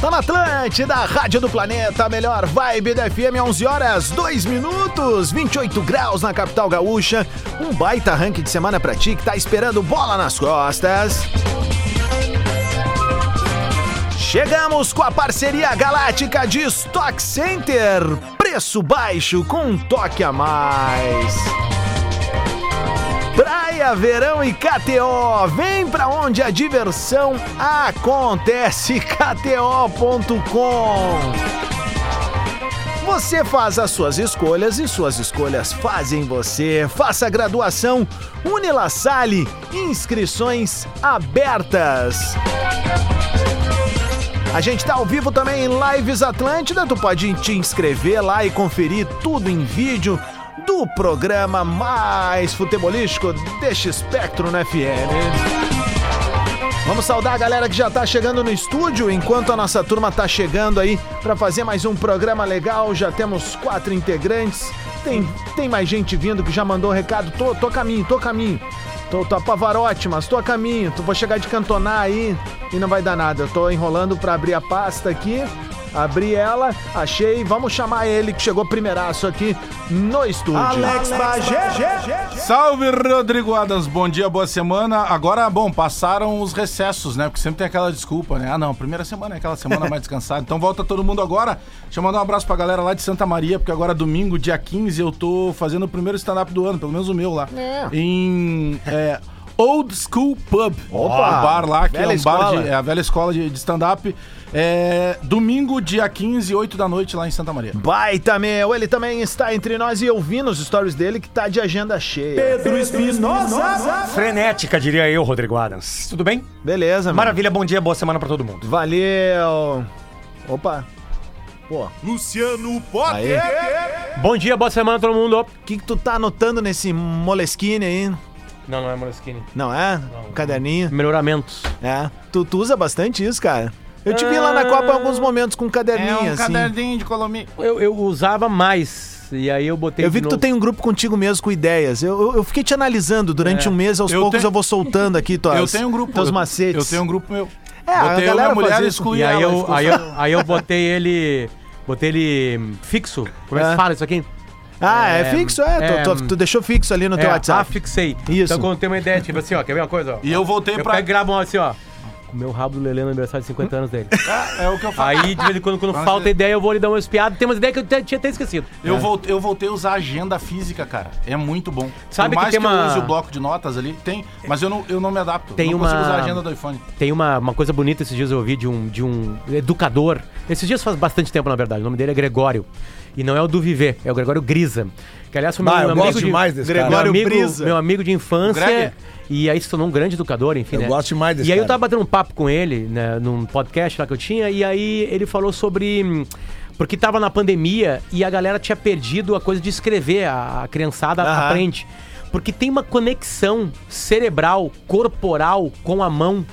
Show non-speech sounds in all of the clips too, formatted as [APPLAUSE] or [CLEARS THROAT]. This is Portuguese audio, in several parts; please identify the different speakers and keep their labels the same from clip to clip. Speaker 1: Tá na Atlântida, Rádio do Planeta, a melhor vibe da FM, 11 horas, 2 minutos, 28 graus na capital gaúcha. Um baita ranking de semana pra ti que tá esperando bola nas costas. Chegamos com a parceria galáctica de Stock Center. Preço baixo com um toque a mais. Praia, verão e KTO. Vem pra onde a diversão acontece. KTO.com. Você faz as suas escolhas e suas escolhas fazem você. Faça a graduação Unila Sale. Inscrições abertas. A gente tá ao vivo também em Lives Atlântida. Tu pode te inscrever lá e conferir tudo em vídeo do programa mais futebolístico deste espectro na FM. Vamos saudar a galera que já tá chegando no estúdio, enquanto a nossa turma tá chegando aí para fazer mais um programa legal. Já temos quatro integrantes. Tem, tem mais gente vindo que já mandou um recado. Tô, tô a caminho, tô a caminho. Tô, tô a pavarote, mas tô a caminho. Tu vou chegar de cantonar aí e não vai dar nada. Eu tô enrolando para abrir a pasta aqui. Abri ela, achei. Vamos chamar ele que chegou primeiraço aqui no estúdio.
Speaker 2: Alex Bagé. Salve, Rodrigo Adams. Bom dia, boa semana. Agora, bom, passaram os recessos, né? Porque sempre tem aquela desculpa, né? Ah, não, primeira semana é aquela semana mais descansada. Então volta todo mundo agora. Deixa eu mandar um abraço pra galera lá de Santa Maria, porque agora domingo, dia 15, eu tô fazendo o primeiro stand-up do ano, pelo menos o meu lá. É. Em. É, Old School Pub.
Speaker 1: Opa!
Speaker 2: Um bar lá, que é um escola. bar de, é a velha escola de, de stand-up. É, domingo, dia 15, 8 da noite, lá em Santa Maria.
Speaker 1: Baita, meu! Ele também está entre nós e eu vi nos stories dele que tá de agenda cheia.
Speaker 3: Pedro Espinosa! Frenética, diria eu, Rodrigo Adams. Tudo bem?
Speaker 1: Beleza, meu.
Speaker 3: Maravilha, bom dia, boa semana para todo mundo.
Speaker 1: Valeu! Opa!
Speaker 4: Pô. Luciano Potter!
Speaker 3: Bom dia, boa semana todo mundo. O
Speaker 1: que, que tu tá anotando nesse moleskine aí?
Speaker 3: Não, não é Moleskine.
Speaker 1: Não é? Um caderninho.
Speaker 3: Melhoramentos.
Speaker 1: É. Tu, tu, usa bastante isso, cara. Eu te vi lá na Copa em alguns momentos com um caderninho, é um assim.
Speaker 2: caderninho de colomia.
Speaker 3: Eu, eu usava mais. E aí eu botei.
Speaker 1: Eu vi que novo. tu tem um grupo contigo mesmo com ideias. Eu, eu, eu fiquei te analisando durante é. um mês, aos eu poucos tenho... eu vou soltando aqui tuas,
Speaker 2: eu tenho um grupo,
Speaker 1: teus macetes.
Speaker 2: Eu tenho um grupo meu.
Speaker 3: Então É, botei a galera eu, mulher
Speaker 5: um
Speaker 3: excluí e aí, eu,
Speaker 2: assim.
Speaker 3: aí, eu, aí eu botei ele. Botei ele fixo. Como é que fala isso aqui?
Speaker 1: Ah, é, é, fixo, é. é tu, tu, tu, deixou fixo ali no é, teu WhatsApp. Ah,
Speaker 3: fixei.
Speaker 1: Isso.
Speaker 3: Então, quando tem uma ideia, tipo assim, ó, quer ver uma coisa? Ó,
Speaker 2: e eu voltei
Speaker 3: eu
Speaker 2: pra.
Speaker 3: Eu gravo assim, ó. O meu rabo do Lelê no aniversário de 50 anos dele.
Speaker 2: É, é o que eu falo.
Speaker 3: Aí, de vez em quando, quando falta ideia, eu vou lhe dar uma espiada. Tem umas ideias que eu tinha até esquecido.
Speaker 2: Eu, voltei, eu voltei a usar agenda física, cara. É muito bom.
Speaker 3: Sabe Por mais que, tem
Speaker 2: que
Speaker 3: uma...
Speaker 2: eu use o bloco de notas ali, tem, mas eu não, eu não me adapto.
Speaker 3: Tem
Speaker 2: não
Speaker 3: uma...
Speaker 2: consigo usar a agenda do iPhone.
Speaker 3: Tem uma, uma coisa bonita esses dias eu ouvi de um, de um educador. Esses dias faz bastante tempo, na verdade. O nome dele é Gregório. E não é o do Viver, é o Gregório Grisa. Que, aliás, foi meu,
Speaker 1: bah,
Speaker 3: meu
Speaker 1: Ah, eu
Speaker 3: amigo
Speaker 1: gosto
Speaker 3: de...
Speaker 1: demais desse
Speaker 3: meu
Speaker 1: cara.
Speaker 3: amigo, meu amigo de infância. E aí se tornou um grande educador, enfim.
Speaker 1: Eu
Speaker 3: né?
Speaker 1: gosto demais desse
Speaker 3: E aí eu
Speaker 1: cara.
Speaker 3: tava batendo um papo com ele, né, num podcast lá que eu tinha, e aí ele falou sobre. Porque tava na pandemia e a galera tinha perdido a coisa de escrever, a, a criançada
Speaker 1: Aham.
Speaker 3: aprende. Porque tem uma conexão cerebral, corporal com a mão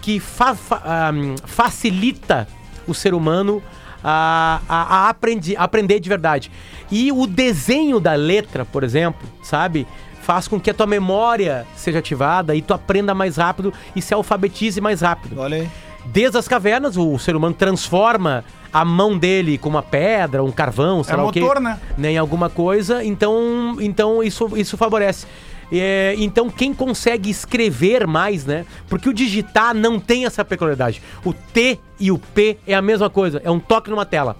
Speaker 3: que fa- fa- ahm, facilita o ser humano a, a, a aprendi- aprender de verdade. E o desenho da letra, por exemplo, sabe? Faz com que a tua memória seja ativada e tu aprenda mais rápido e se alfabetize mais rápido.
Speaker 1: Olha aí.
Speaker 3: Desde as cavernas, o ser humano transforma a mão dele com uma pedra, um carvão, sei
Speaker 2: É
Speaker 3: lá o
Speaker 2: motor,
Speaker 3: quê.
Speaker 2: né?
Speaker 3: Em alguma coisa. Então, então isso, isso favorece. É, então, quem consegue escrever mais, né? Porque o digitar não tem essa peculiaridade. O T e o P é a mesma coisa, é um toque numa tela.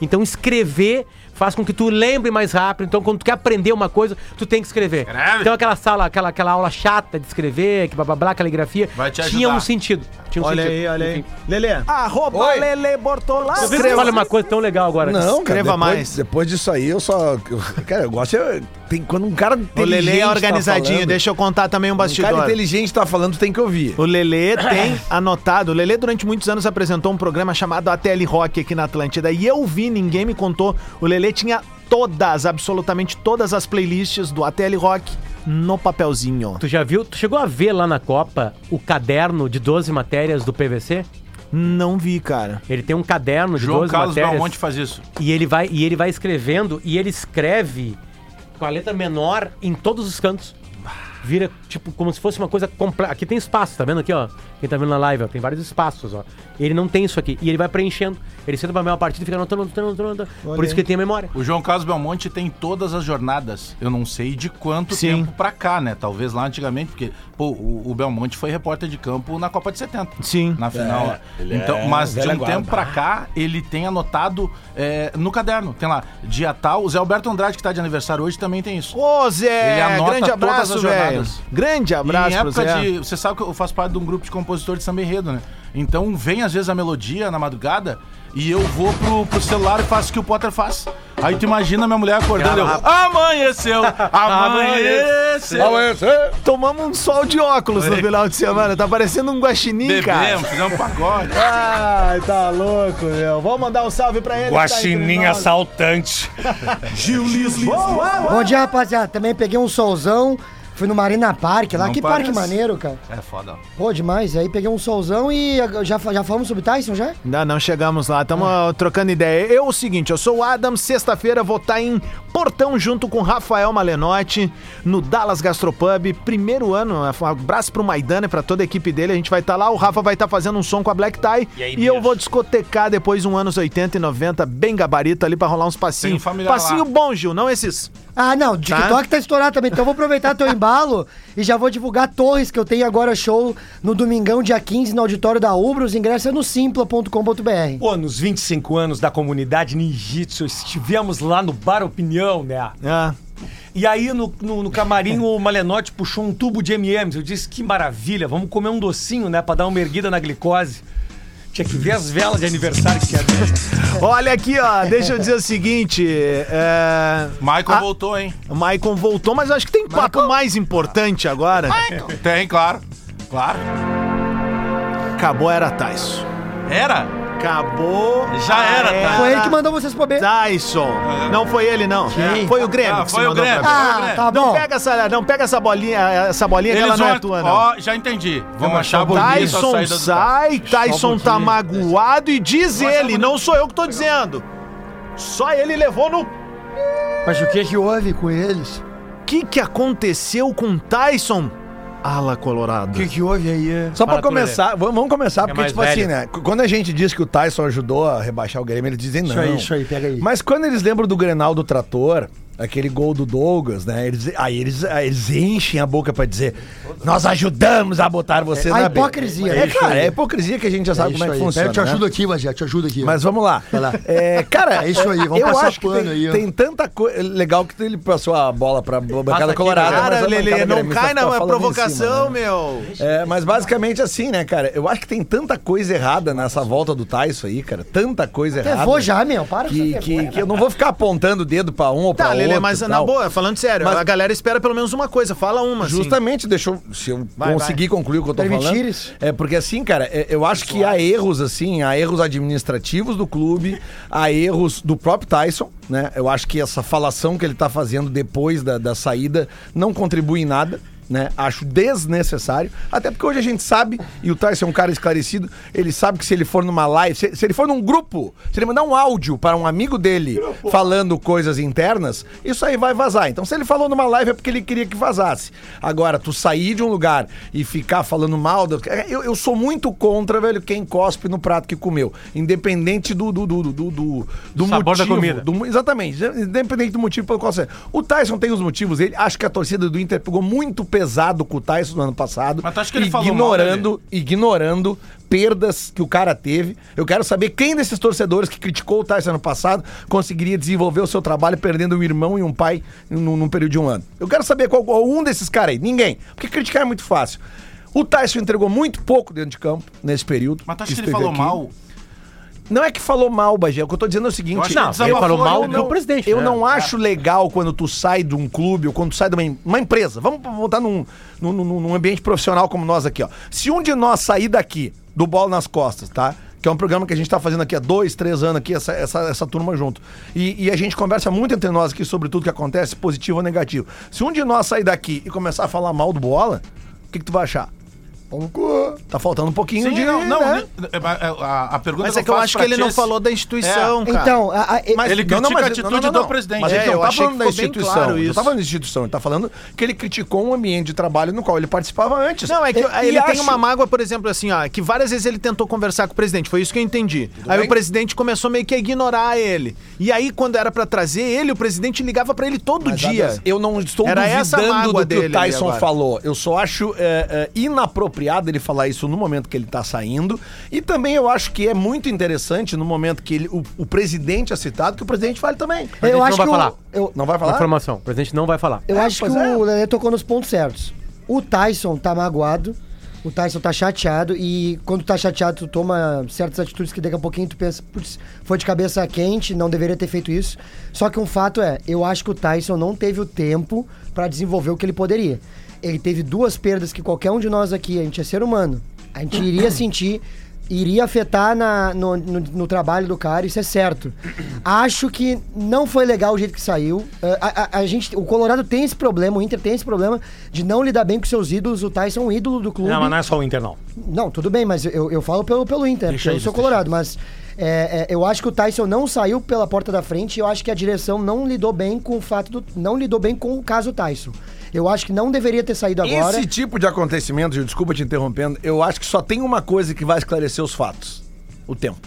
Speaker 3: Então, escrever faz com que tu lembre mais rápido. Então, quando tu quer aprender uma coisa, tu tem que escrever.
Speaker 2: Escreve.
Speaker 3: Então, aquela sala, aquela, aquela aula chata de escrever, que blá blá blá, caligrafia,
Speaker 2: Vai te
Speaker 3: tinha
Speaker 2: ajudar.
Speaker 3: um sentido. Tinha um
Speaker 1: Olha
Speaker 3: sentido.
Speaker 1: aí, olha aí.
Speaker 3: Enfim.
Speaker 1: Lelê. Arroba
Speaker 6: Oi.
Speaker 1: Lele Bortolassi.
Speaker 3: Vocês falam uma coisa tão legal agora.
Speaker 6: Não, cara,
Speaker 1: Escreva
Speaker 6: depois,
Speaker 1: mais.
Speaker 6: Depois disso aí, eu só. eu- cara, eu gosto. é- tem, quando um cara
Speaker 1: O
Speaker 6: inteligente.
Speaker 1: Lelê é
Speaker 6: tá
Speaker 1: organizadinho,
Speaker 6: falando,
Speaker 1: deixa eu contar também um
Speaker 6: Um cara
Speaker 1: bastidor.
Speaker 6: inteligente tá falando, tem que ouvir.
Speaker 1: O
Speaker 2: [CLEARS THROAT]
Speaker 1: Lelê tem anotado. O Lelê, durante muitos anos, apresentou um programa chamado ATL Rock aqui na Atlântida. E eu vi, ninguém me contou. O Lelê tinha todas, absolutamente todas as playlists do ATL Rock no papelzinho.
Speaker 3: Tu já viu? Tu chegou a ver lá na Copa o caderno de 12 matérias do PVC?
Speaker 1: Não vi, cara.
Speaker 3: Ele tem um caderno de
Speaker 2: João
Speaker 3: 12
Speaker 2: Carlos
Speaker 3: matérias.
Speaker 2: Belmonte faz isso.
Speaker 3: E ele vai e ele vai escrevendo e ele escreve com a letra menor em todos os cantos. vira, tipo, como se fosse uma coisa completa. Aqui tem espaço, tá vendo aqui, ó? Quem tá vendo na live, ó, tem vários espaços, ó. Ele não tem isso aqui. E ele vai preenchendo. Ele senta pra mesma partida e fica... anotando, anotando, anotando. Por isso que ele tem a memória.
Speaker 2: O João Carlos Belmonte tem todas as jornadas. Eu não sei de quanto
Speaker 1: Sim.
Speaker 2: tempo pra cá, né? Talvez lá antigamente, porque pô, o, o Belmonte foi repórter de campo na Copa de 70.
Speaker 1: Sim.
Speaker 2: Na final.
Speaker 6: É, ele
Speaker 2: então,
Speaker 6: é
Speaker 2: mas de
Speaker 6: velha
Speaker 2: um
Speaker 6: guarda.
Speaker 2: tempo pra cá, ele tem anotado é, no caderno. Tem lá, dia tal. O Zé Alberto Andrade, que tá de aniversário hoje, também tem isso.
Speaker 1: Ô, Zé,
Speaker 2: Ele anota
Speaker 1: grande
Speaker 2: todas
Speaker 1: abraço,
Speaker 2: as
Speaker 1: velho.
Speaker 2: jornadas.
Speaker 1: Grande abraço
Speaker 2: em
Speaker 1: pro Zé.
Speaker 2: época de. Você sabe que eu faço parte de um grupo de compositores de samba enredo, né? Então vem às vezes a melodia na madrugada e eu vou pro, pro celular e faço o que o Potter faz. Aí tu imagina minha mulher acordando, eu. Amanheceu! Amanheceu!
Speaker 1: Tomamos um sol de óculos no final de semana. Tá parecendo um guaxinim, cara.
Speaker 2: Bebemos, fizemos um pagode.
Speaker 1: Ai, tá louco, meu. Vamos mandar um salve pra ele.
Speaker 5: Guaxinim
Speaker 1: Guaxininha salve.
Speaker 5: assaltante.
Speaker 4: Gil Lisboa.
Speaker 7: Bom dia, rapaziada. Também peguei um solzão. Fui no Marina Park lá.
Speaker 2: Não
Speaker 7: que
Speaker 2: parece.
Speaker 7: parque maneiro, cara.
Speaker 2: É foda.
Speaker 7: Pô, demais. Aí peguei um solzão e ah, já, fa- já falamos sobre Tyson já?
Speaker 1: Ainda não chegamos lá, estamos
Speaker 2: Ah.
Speaker 1: trocando ideia. Eu, o seguinte, eu sou o Adam, sexta-feira vou estar em Portão junto com Rafael Malenotti no Dallas Gastropub, primeiro ano. Um abraço pro Maidana e pra toda a equipe dele, a gente vai estar lá. O Rafa vai estar fazendo um som com a Black Tie e, eu vou discotecar depois um anos 80 e 90, bem gabarito ali pra rolar uns
Speaker 2: Tem um
Speaker 1: passinhos.
Speaker 2: familiar
Speaker 1: Passinho
Speaker 2: lá.
Speaker 1: bom, Gil, não esses.
Speaker 7: Ah, não. TikTok tá, estourado também. Então eu vou aproveitar teu embalo e já vou divulgar Torres, que eu tenho agora show no domingão, dia 15, no auditório da Ubra. Os ingressos é no simpla.com.br.
Speaker 5: Pô, nos 25 anos da comunidade Ninjitsu, estivemos lá no Bar Opinião, né?
Speaker 1: Ah,
Speaker 5: E aí no, no, no camarim o Malenotti puxou um tubo de MMs. Eu disse, que maravilha, vamos comer um docinho, né? Pra dar uma erguida na glicose. Tinha que ver as velas de aniversário que tinha.
Speaker 1: Olha aqui, ó, deixa eu dizer o seguinte. É...
Speaker 2: Michael
Speaker 1: Ah.
Speaker 2: voltou, hein?
Speaker 1: o Maicon voltou, mas eu acho que tem um papo mais importante agora.
Speaker 2: Tem, claro. Claro.
Speaker 1: Acabou era Tyson.
Speaker 2: Era?
Speaker 1: Acabou.
Speaker 2: Já era, Tyson.
Speaker 7: Foi
Speaker 1: Tá.
Speaker 7: ele que mandou vocês pra B.
Speaker 1: Tyson. Não foi ele, não. É. Foi o Grêmio.
Speaker 2: Ah,
Speaker 1: que
Speaker 2: foi
Speaker 1: se
Speaker 2: o
Speaker 1: mandou
Speaker 2: Grêmio.
Speaker 1: pra mim.
Speaker 2: Foi o
Speaker 7: Ah,
Speaker 2: Grêmio.
Speaker 7: tá
Speaker 1: Não
Speaker 7: bom.
Speaker 1: pega essa, não pega essa bolinha, essa bolinha que ela não é tua, não.
Speaker 2: Ó, já entendi. Vamos achar bonito a
Speaker 1: Tyson
Speaker 2: saída do- um
Speaker 1: sai, Tyson tá magoado e diz ele, não sou eu que tô dizendo. Só ele levou no
Speaker 7: Mas o que que houve com eles?
Speaker 1: que que aconteceu com Tyson? Ala Colorado.
Speaker 7: que houve aí?
Speaker 6: Só pra
Speaker 3: Fala tu,
Speaker 6: começar, v- vamos começar, porque,
Speaker 3: mais
Speaker 6: tipo assim,
Speaker 3: velho.
Speaker 6: né? c- Quando a gente diz que o Tyson ajudou a rebaixar o Grêmio, eles dizem não.
Speaker 7: Isso aí, isso aí, pega aí.
Speaker 6: Mas quando eles lembram do Grenal do Trator, aquele gol do Douglas, né? Eles, aí, eles, aí eles enchem a boca pra dizer: Nós ajudamos a botar vocês
Speaker 7: a
Speaker 6: na B."
Speaker 7: hipocrisia.
Speaker 6: É,
Speaker 7: É isso
Speaker 6: claro,
Speaker 7: aí.
Speaker 6: é a hipocrisia que a gente já sabe como é que funciona.
Speaker 7: Eu te
Speaker 6: né?
Speaker 7: ajudo aqui, Vajé, te ajudo aqui.
Speaker 6: Mas vamos lá.
Speaker 7: Vai lá.
Speaker 6: É, cara,
Speaker 7: É isso aí, vamos
Speaker 6: eu
Speaker 7: passar
Speaker 6: acho que
Speaker 7: pano
Speaker 6: tem,
Speaker 7: aí, ó.
Speaker 6: Tem tanta coisa. Legal que ele passou a bola pra bancada
Speaker 5: aqui,
Speaker 6: colorada. mas a
Speaker 1: Cara,
Speaker 6: bancada
Speaker 1: Lelê, não
Speaker 6: gremista
Speaker 1: cai
Speaker 6: tá
Speaker 7: é
Speaker 1: na
Speaker 6: falando em
Speaker 1: provocação,
Speaker 6: cima, né?
Speaker 1: meu.
Speaker 6: É, mas basicamente assim, né, cara? Eu acho que tem tanta coisa errada nessa volta do Tyson aí, cara. Tanta coisa errada.
Speaker 7: Até É, vou já, meu. Para com
Speaker 6: Que,
Speaker 7: essa
Speaker 6: que,
Speaker 7: vergonha.
Speaker 6: que eu não vou ficar apontando o dedo pra um ou pra
Speaker 1: Tá,
Speaker 6: outro.
Speaker 1: Lelê, mas
Speaker 6: e
Speaker 1: na
Speaker 6: tal.
Speaker 1: boa, falando sério,
Speaker 6: Mas-
Speaker 1: a galera espera pelo menos uma coisa, fala uma. assim.
Speaker 6: Justamente, deixa eu, se eu
Speaker 1: Vai,
Speaker 6: conseguir concluir o que eu tô
Speaker 7: Permitir
Speaker 6: falando.
Speaker 7: isso.
Speaker 6: É porque assim, cara, é- eu acho que há erros assim, há erros administrativos do clube, há erros do próprio Tyson, né? Eu acho que essa falação que ele tá fazendo depois da, da saída não contribui em nada. Né? Acho desnecessário, até porque hoje a gente sabe, e o Tyson é um cara esclarecido, ele sabe que se ele for numa live, se, se ele for num grupo, se ele mandar um áudio para um amigo dele falando coisas internas, isso aí vai vazar. Então, se ele falou numa live é porque ele queria que vazasse. Agora, tu sair de um lugar e ficar falando mal. do- É, Eu, eu sou muito contra, velho, quem cospe no prato que comeu. Independente do. do, do, do, do, do
Speaker 5: Sabor da comida.
Speaker 6: do- exatamente. Independente do motivo pelo qual você. O Tyson tem os motivos ele Acho que a torcida do Inter pegou muito pesado com o Tyson no ano passado.
Speaker 2: Mas tu acha que ele falou mal
Speaker 6: ignorando, ignorando perdas que o cara teve. Eu quero saber quem desses torcedores que criticou o Tyson ano passado conseguiria desenvolver o seu trabalho perdendo um irmão e um pai num, num período de um ano. Eu quero saber qual, qual um desses caras aí. Ninguém. Porque criticar é muito fácil. O Tyson entregou muito pouco dentro de campo nesse período.
Speaker 2: Mas tu acha que ele
Speaker 6: esteve
Speaker 2: falou
Speaker 6: aqui.
Speaker 2: mal?
Speaker 6: Não é que falou mal, Bagé. O que eu tô dizendo é o seguinte.
Speaker 2: Eu acho que
Speaker 3: Não, ele
Speaker 2: desabafou,
Speaker 3: falou
Speaker 2: ele
Speaker 3: mal
Speaker 2: não-
Speaker 3: do presidente.
Speaker 6: Eu
Speaker 3: né?
Speaker 6: não acho legal quando tu sai de um clube ou quando tu sai de uma, em- uma empresa. Vamos voltar num, num, num- num ambiente profissional como nós aqui, ó. Se um de nós sair daqui, do Bola nas Costas, tá? Que é um programa que a gente tá fazendo aqui há dois, três anos aqui, essa, essa, essa turma junto. E, e a gente conversa muito entre nós aqui sobre tudo que acontece, positivo ou negativo. Se um de nós sair daqui e começar a falar mal do Bola, o que, que tu vai achar? Pão no cu. Tá faltando um pouquinho
Speaker 2: Sim,
Speaker 6: de.
Speaker 2: não, não.
Speaker 6: né?
Speaker 2: é, é, A, a pergunta
Speaker 1: Mas é que eu
Speaker 2: faço
Speaker 1: acho que
Speaker 2: pra
Speaker 1: ele
Speaker 2: ti
Speaker 1: não
Speaker 2: esse-
Speaker 1: falou da
Speaker 6: É,
Speaker 1: instituição, cara.
Speaker 7: Então, a- a-
Speaker 2: Mas- Ele
Speaker 6: Não,
Speaker 2: critica
Speaker 6: não,
Speaker 2: a
Speaker 6: mas-
Speaker 2: atitude
Speaker 6: não, não, não.
Speaker 2: do presidente.
Speaker 6: Mas
Speaker 2: É,
Speaker 6: ele
Speaker 1: eu
Speaker 6: não tá
Speaker 1: achei
Speaker 6: falando
Speaker 1: que
Speaker 6: da
Speaker 1: ficou bem
Speaker 6: instituição.
Speaker 1: claro
Speaker 6: Ele não
Speaker 1: isso.
Speaker 6: tá falando da instituição. Ele tá falando que ele criticou um ambiente de trabalho no qual ele participava antes.
Speaker 1: Não, é que
Speaker 6: E- e
Speaker 1: ele tem
Speaker 6: acho-
Speaker 1: uma mágoa, por exemplo, assim, ó, que várias vezes ele tentou conversar com o presidente, foi isso que eu entendi. aí
Speaker 6: bem?
Speaker 1: o presidente começou meio que a ignorar ele. E aí, quando era pra trazer ele, o presidente ligava pra ele todo
Speaker 6: Mas,
Speaker 1: dia.
Speaker 6: Adams, Eu não estou
Speaker 1: Era essa a
Speaker 6: duvidando
Speaker 1: mágoa
Speaker 6: do que o
Speaker 1: dele ali
Speaker 6: Tyson
Speaker 1: agora.
Speaker 6: falou. Eu só acho é, é, inapropriado ele falar isso no momento que ele está saindo. E também eu acho que é muito interessante no momento que ele- o, o presidente é citado, que o presidente fale também.
Speaker 3: gente
Speaker 7: eu
Speaker 3: não
Speaker 7: acho
Speaker 3: vai
Speaker 7: que o-
Speaker 3: falar.
Speaker 7: eu-
Speaker 6: Não vai falar?
Speaker 3: Informação. O presidente não vai falar.
Speaker 7: Eu
Speaker 6: É,
Speaker 7: acho que
Speaker 6: pois é.
Speaker 7: o Lelê tocou nos pontos certos. O Tyson tá magoado, o Tyson tá chateado, e quando tá chateado, tu toma certas atitudes que daqui a pouquinho tu pensa, putz, foi de cabeça quente, não deveria ter feito isso. Só que um fato é, eu acho que o Tyson não teve o tempo pra desenvolver o que ele poderia. Ele teve duas perdas que qualquer um de nós aqui, a gente é ser humano, a gente iria sentir. Iria afetar na- no, no- no trabalho do cara, isso é certo. Acho que não foi legal o jeito que saiu. É, a, a- a gente, o Colorado tem esse problema, o Inter tem esse problema de não lidar bem com seus ídolos. O Tyson é um ídolo do clube.
Speaker 5: Não, mas não é só o Inter, não.
Speaker 7: Não, tudo bem, mas eu, eu falo pelo, pelo Inter, porque eu
Speaker 5: eles,
Speaker 7: sou colorado, mas é, é, eu acho que o Tyson não saiu pela porta da frente e eu acho que a direção não lidou bem com o fato do. não lidou bem com o caso Tyson. Eu acho que não deveria ter saído agora.
Speaker 6: Esse tipo de acontecimento, Gil, desculpa te interrompendo, eu acho que só tem uma coisa que vai esclarecer os fatos: o tempo.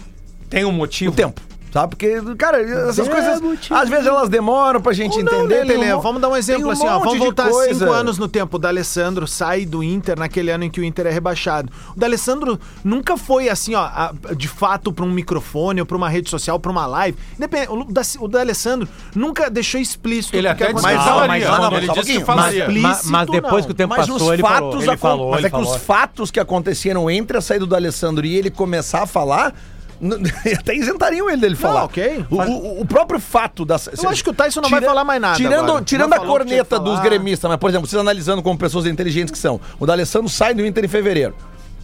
Speaker 5: Tem um
Speaker 6: O
Speaker 5: motivo.
Speaker 6: tempo. Sabe? Porque, cara, essas
Speaker 7: É,
Speaker 6: coisas.
Speaker 7: motivo.
Speaker 6: Às vezes elas demoram pra gente
Speaker 1: Ou não,
Speaker 6: entender.
Speaker 1: né,
Speaker 6: tem
Speaker 1: Lelê?
Speaker 6: mo-
Speaker 1: Vamos dar um exemplo
Speaker 6: tem
Speaker 1: assim, ó. Vamos
Speaker 6: monte de
Speaker 1: voltar
Speaker 6: coisa.
Speaker 1: cinco anos no tempo. O D'Alessandro sai do Inter naquele ano em que o Inter é rebaixado. O D'Alessandro nunca foi assim, ó, a- de fato, pra um microfone ou pra uma rede social, pra uma live. Independe- O Da- o D'Alessandro nunca deixou explícito
Speaker 2: Ele
Speaker 1: o que
Speaker 2: até disse que
Speaker 1: aconteceu.
Speaker 3: mas-
Speaker 2: falaria.
Speaker 3: mas-
Speaker 6: mas-
Speaker 2: ele
Speaker 6: só um
Speaker 2: disse que
Speaker 6: pouquinho,
Speaker 3: Mas,
Speaker 2: falaria.
Speaker 1: mas-
Speaker 3: ma- mas depois que o tempo
Speaker 6: Mas
Speaker 3: passou,
Speaker 6: os
Speaker 3: ele
Speaker 6: fatos
Speaker 3: falou. Ele
Speaker 6: acon-
Speaker 3: falou,
Speaker 6: mas
Speaker 3: ele
Speaker 6: é que
Speaker 3: falou.
Speaker 6: os fatos que aconteceram entre a saída do Alessandro e ele começar a falar. [LAUGHS] n- Até isentariam ele dele falar.
Speaker 1: ok.
Speaker 6: O, o- o próprio fato da. Eu
Speaker 1: acho que o Tyson não vai falar mais nada
Speaker 6: Tirando,
Speaker 1: agora.
Speaker 6: tirando
Speaker 1: Já
Speaker 6: a
Speaker 1: falou o que tinha que
Speaker 6: corneta dos
Speaker 1: falar.
Speaker 6: gremistas, mas, por exemplo, vocês analisando como pessoas inteligentes que são. O D'Alessandro sai do Inter em fevereiro.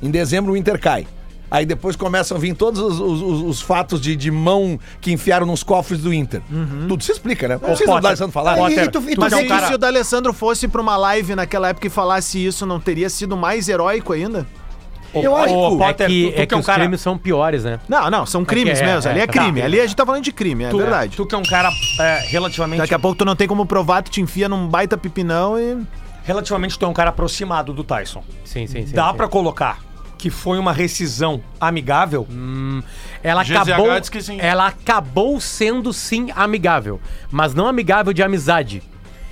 Speaker 6: Em dezembro o Inter cai. Aí depois começam a vir todos os, os- os- os fatos de, de mão que enfiaram nos cofres do Inter. Tudo se explica, né? Não precisa do
Speaker 5: Potter,
Speaker 6: D'Alessandro falar.
Speaker 5: Potter,
Speaker 7: E tu- e tu
Speaker 1: Mas
Speaker 5: que é
Speaker 1: é
Speaker 5: um
Speaker 6: assim,
Speaker 1: que
Speaker 5: cara-
Speaker 1: se o D'Alessandro fosse pra uma live naquela época e falasse isso, não teria sido mais heróico ainda?
Speaker 6: Eu acho
Speaker 5: Ô,
Speaker 3: É
Speaker 5: Potter,
Speaker 3: que,
Speaker 5: tu, tu
Speaker 3: é que
Speaker 5: é um
Speaker 3: os
Speaker 5: cara...
Speaker 3: crimes são piores, né?
Speaker 1: Não, não, são crimes
Speaker 3: é,
Speaker 1: mesmo.
Speaker 3: é,
Speaker 1: ali é
Speaker 3: tá.
Speaker 1: crime. Ali a gente tá falando de crime, é
Speaker 5: Tu,
Speaker 1: verdade.
Speaker 5: tu que é um cara é, relativamente...
Speaker 1: Daqui a pouco tu não tem como provar, tu te enfia num baita pipinão e.
Speaker 5: Relativamente, tu é um cara aproximado do Tyson.
Speaker 3: Sim, sim, sim.
Speaker 5: Dá
Speaker 3: sim.
Speaker 5: pra colocar que foi uma rescisão amigável?
Speaker 3: Hum, Ela
Speaker 2: GZH
Speaker 3: acabou,
Speaker 2: diz que sim.
Speaker 3: ela acabou sendo sim amigável, mas não amigável de amizade.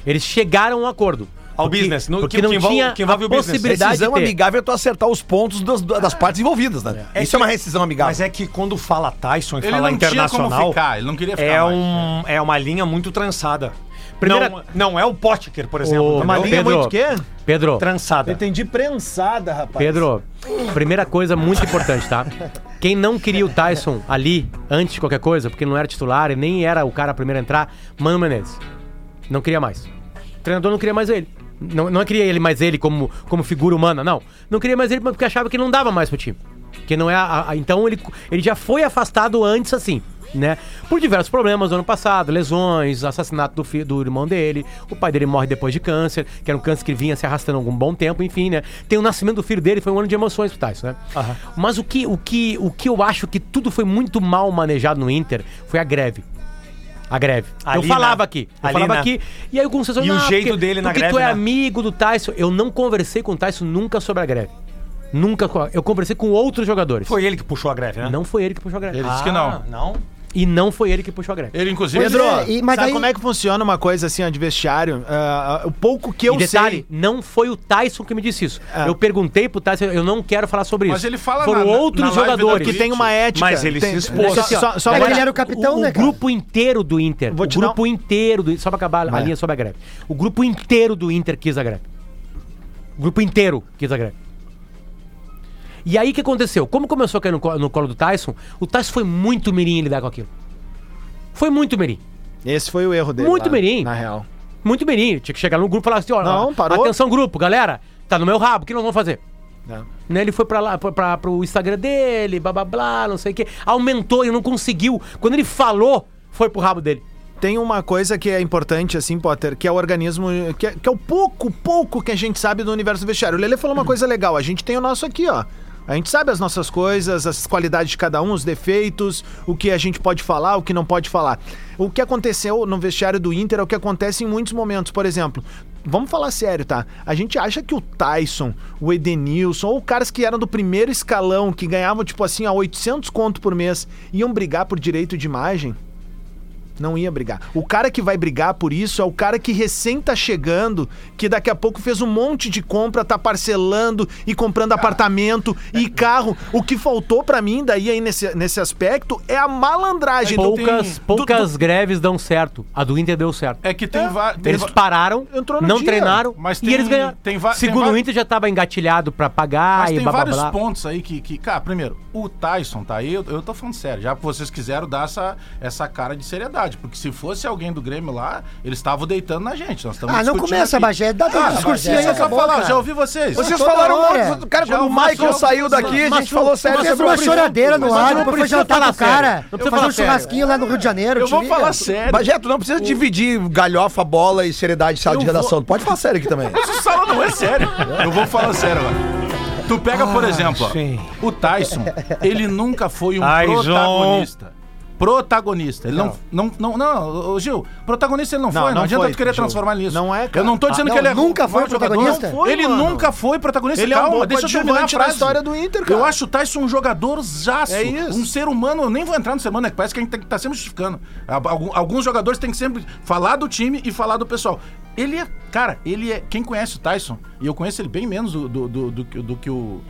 Speaker 3: Eles chegaram a um acordo.
Speaker 5: Ao
Speaker 3: Porque-
Speaker 5: business, no-
Speaker 3: porque
Speaker 5: que-
Speaker 3: não
Speaker 5: que envol-
Speaker 3: tinha
Speaker 5: que envolve
Speaker 3: a
Speaker 5: o business.
Speaker 3: possibilidade
Speaker 6: Rescisão
Speaker 3: de ter.
Speaker 6: amigável é tu acertar os pontos das, das partes envolvidas, né?
Speaker 5: É
Speaker 6: Isso
Speaker 5: que-
Speaker 6: é uma rescisão amigável.
Speaker 5: Mas é que quando fala Tyson e
Speaker 2: Ele
Speaker 5: fala
Speaker 2: não tinha como
Speaker 5: internacional,
Speaker 2: ficar, ele não queria ficar
Speaker 5: é,
Speaker 2: mais. né?
Speaker 5: um, é uma linha muito trançada.
Speaker 3: Primeira-
Speaker 5: Não, não é o Potker, por exemplo. é
Speaker 3: Ô,
Speaker 5: entendeu?
Speaker 1: Uma linha
Speaker 3: Pedro.
Speaker 1: muito quê?
Speaker 3: Pedro,
Speaker 5: Trançada.
Speaker 1: Entendi prensada, rapaz.
Speaker 3: Pedro, primeira coisa muito importante, tá? Quem não queria o Tyson ali, antes de qualquer coisa, porque não era titular e nem era o cara primeiro a entrar, Mano Menezes. Não queria mais. O treinador não queria mais ele. Não, não queria ele mais ele como, como figura humana, não. Não queria mais ele porque achava que não dava mais pro time. Que não é a- a- então ele, ele já foi afastado antes assim, né? Por diversos problemas no ano passado, lesões, assassinato do, fi- do irmão dele, o pai dele morre depois de câncer, que era um câncer que vinha se arrastando há algum bom tempo, enfim, né? Tem o nascimento do filho dele, foi um ano de emoções pro Tyson, né? Mas o que, o, que, o que eu acho que tudo foi muito mal manejado no Inter foi a greve. A greve. eu
Speaker 5: Ali,
Speaker 3: falava
Speaker 5: né?
Speaker 3: aqui. Eu
Speaker 5: Ali,
Speaker 3: falava
Speaker 5: né?
Speaker 3: aqui. E aí o Conceição
Speaker 5: E o jeito
Speaker 3: porque-
Speaker 5: dele na
Speaker 3: porque
Speaker 5: greve,
Speaker 3: tu é
Speaker 5: né?
Speaker 3: amigo do Tyson. Eu não conversei com o Tyson nunca sobre a greve. Nunca. co- Eu conversei com outros jogadores.
Speaker 5: Foi ele que puxou a greve, né? Ah,
Speaker 3: Não foi ele que puxou a greve.
Speaker 2: Ele disse que não.
Speaker 5: Não?
Speaker 3: E não foi ele que puxou a greve.
Speaker 2: Ele, inclusive,
Speaker 1: Pedro,
Speaker 7: é, e- mas
Speaker 1: sabe
Speaker 7: aí-
Speaker 1: como é que funciona uma coisa assim, ó, de vestiário? Ah, o pouco que eu
Speaker 3: e detalhe,
Speaker 1: sei.
Speaker 3: não foi o Tyson que me disse isso. Eu perguntei pro Tyson, eu não quero falar sobre isso.
Speaker 2: Mas ele fala
Speaker 3: Foram
Speaker 2: na- na-
Speaker 3: outros
Speaker 2: na live da
Speaker 3: jogadores.
Speaker 1: Que tem uma ética.
Speaker 5: Mas ele
Speaker 1: tem,
Speaker 5: se expôs.
Speaker 1: Só, só, só
Speaker 7: É que
Speaker 1: pra-
Speaker 7: ele era o capitão,
Speaker 3: o,
Speaker 7: né,
Speaker 3: O
Speaker 7: cara?
Speaker 3: grupo inteiro do Inter.
Speaker 1: Vou
Speaker 3: o
Speaker 1: te dar
Speaker 7: um-
Speaker 3: grupo inteiro do Só pra acabar a linha sobre a greve. O grupo inteiro do Inter quis a greve. O grupo inteiro quis a greve. E aí o que aconteceu? Como começou a cair no, co- no colo do Tyson, o Tyson foi muito mirim em lidar com aquilo. Foi muito mirim.
Speaker 1: Esse foi o erro dele.
Speaker 3: Muito
Speaker 1: lá,
Speaker 3: mirim.
Speaker 1: Na real.
Speaker 3: Muito mirim. Tinha que chegar no grupo e falar assim, ó,
Speaker 1: Não,
Speaker 3: ó,
Speaker 1: parou.
Speaker 3: atenção grupo, galera, tá no meu rabo, o que nós vamos fazer?
Speaker 7: É.
Speaker 1: Não.
Speaker 3: Né, ele foi pra lá, pra, pra, pro Instagram dele, blá blá blá, não sei o quê. Aumentou, ele não conseguiu. Quando ele falou, foi pro rabo dele.
Speaker 1: tem uma coisa que é importante, assim, Potter, que é o organismo. Que é, que é o pouco, pouco que a gente sabe do universo do vestiário. O Lele falou uma coisa legal, a gente tem o nosso aqui, ó. A gente sabe as nossas coisas, as qualidades de cada um, os defeitos, o que a gente pode falar, o que não pode falar. O que aconteceu no vestiário do Inter é o que acontece em muitos momentos. Por exemplo, vamos falar sério, tá? A gente acha que o Tyson, o Edenilson, ou caras que eram do primeiro escalão, que ganhavam, tipo assim, a 800 conto por mês, iam brigar por direito de imagem? Não ia brigar. O cara que vai brigar por isso é o cara que recém tá chegando, que daqui a pouco fez um monte de compra, tá parcelando e comprando apartamento e carro. O que faltou pra mim daí aí nesse, nesse aspecto é a malandragem.
Speaker 6: Então
Speaker 1: do-
Speaker 3: Poucas,
Speaker 1: então do-
Speaker 3: poucas greves dão certo. A do Inter deu certo.
Speaker 2: É que tem, va- tem
Speaker 3: Eles
Speaker 2: va-
Speaker 3: pararam,
Speaker 1: Entrou no
Speaker 3: não
Speaker 1: dia.
Speaker 3: treinaram
Speaker 2: Mas
Speaker 3: e
Speaker 2: tem-
Speaker 3: eles ganharam.
Speaker 2: tem va- tem
Speaker 3: Segundo
Speaker 2: va-
Speaker 3: o Inter já tava engatilhado pra pagar
Speaker 2: Mas
Speaker 3: e
Speaker 2: tem
Speaker 3: blá blá
Speaker 2: vários
Speaker 3: blá.
Speaker 2: pontos aí que, que. Cara, primeiro, o Tyson tá aí, eu, eu tô falando sério, já que vocês quiseram dar essa, essa cara de seriedade. Porque se fosse alguém do Grêmio lá, eles estavam deitando na gente. Nós estamos
Speaker 7: Ah, não
Speaker 2: discutindo
Speaker 7: começa,
Speaker 2: aqui.
Speaker 7: Bagé. Dá teu
Speaker 2: Ah,
Speaker 7: discursinho
Speaker 2: Bagé,
Speaker 7: aí,
Speaker 2: só pra
Speaker 7: acabou,
Speaker 2: falar,
Speaker 7: cara.
Speaker 2: já ouvi vocês.
Speaker 6: Vocês
Speaker 7: Toda
Speaker 6: falaram um
Speaker 7: hora.
Speaker 1: é.
Speaker 6: muito. Cara,
Speaker 2: Já
Speaker 6: quando o
Speaker 2: mas
Speaker 6: Michael
Speaker 2: eu-
Speaker 6: saiu daqui, a gente falou sério
Speaker 7: Fez
Speaker 6: sobre
Speaker 7: uma
Speaker 6: o Cruzeiro.
Speaker 7: choradeira no
Speaker 6: Mas
Speaker 7: ar,
Speaker 6: eu não
Speaker 7: depois foi
Speaker 3: precisa
Speaker 7: jantar
Speaker 3: falar
Speaker 7: com o cara.
Speaker 3: sério. Não precisa
Speaker 7: Fazer um
Speaker 3: falar sério.
Speaker 7: churrasquinho lá no Rio de Janeiro.
Speaker 2: Eu
Speaker 7: te
Speaker 2: vou
Speaker 7: liga.
Speaker 2: falar sério.
Speaker 6: Bagé, tu não precisa dividir galhofa, bola e seriedade de sala de redação. Tu pode falar sério aqui também.
Speaker 2: Mas o Sala não é sério. Eu vou falar sério agora. Tu pega, por exemplo, ó,
Speaker 5: sim.
Speaker 2: o Tyson, ele nunca foi um
Speaker 5: Tyson.
Speaker 2: protagonista. Protagonista. Ele não. Não, não, não, ô, Gil, protagonista ele não,
Speaker 1: Não,
Speaker 2: foi. Não,
Speaker 1: não
Speaker 2: adianta
Speaker 1: foi,
Speaker 2: tu querer
Speaker 1: Gil.
Speaker 2: transformar nisso.
Speaker 1: Não é, cara.
Speaker 2: Eu não tô dizendo
Speaker 7: Ah,
Speaker 2: que
Speaker 7: não,
Speaker 2: ele é
Speaker 7: nunca foi
Speaker 2: mau jogador.
Speaker 7: protagonista?
Speaker 1: Não foi,
Speaker 2: ele
Speaker 1: mano.
Speaker 2: nunca foi protagonista.
Speaker 1: Ele é um
Speaker 2: Calma,
Speaker 1: bom
Speaker 2: deixa eu terminar a
Speaker 1: coadjuvante na
Speaker 2: frase.
Speaker 1: história do Inter, cara.
Speaker 2: Eu acho o Tyson um jogador zaço.
Speaker 1: É isso.
Speaker 2: Um ser humano, eu nem vou entrar no semana, né, que parece que a gente tem que tá sempre justificando. Algum- Alguns jogadores têm que sempre falar do time e falar do pessoal. Ele é, cara, ele é. Quem conhece o Tyson, e eu conheço ele bem menos do, do, do- do que- do que o.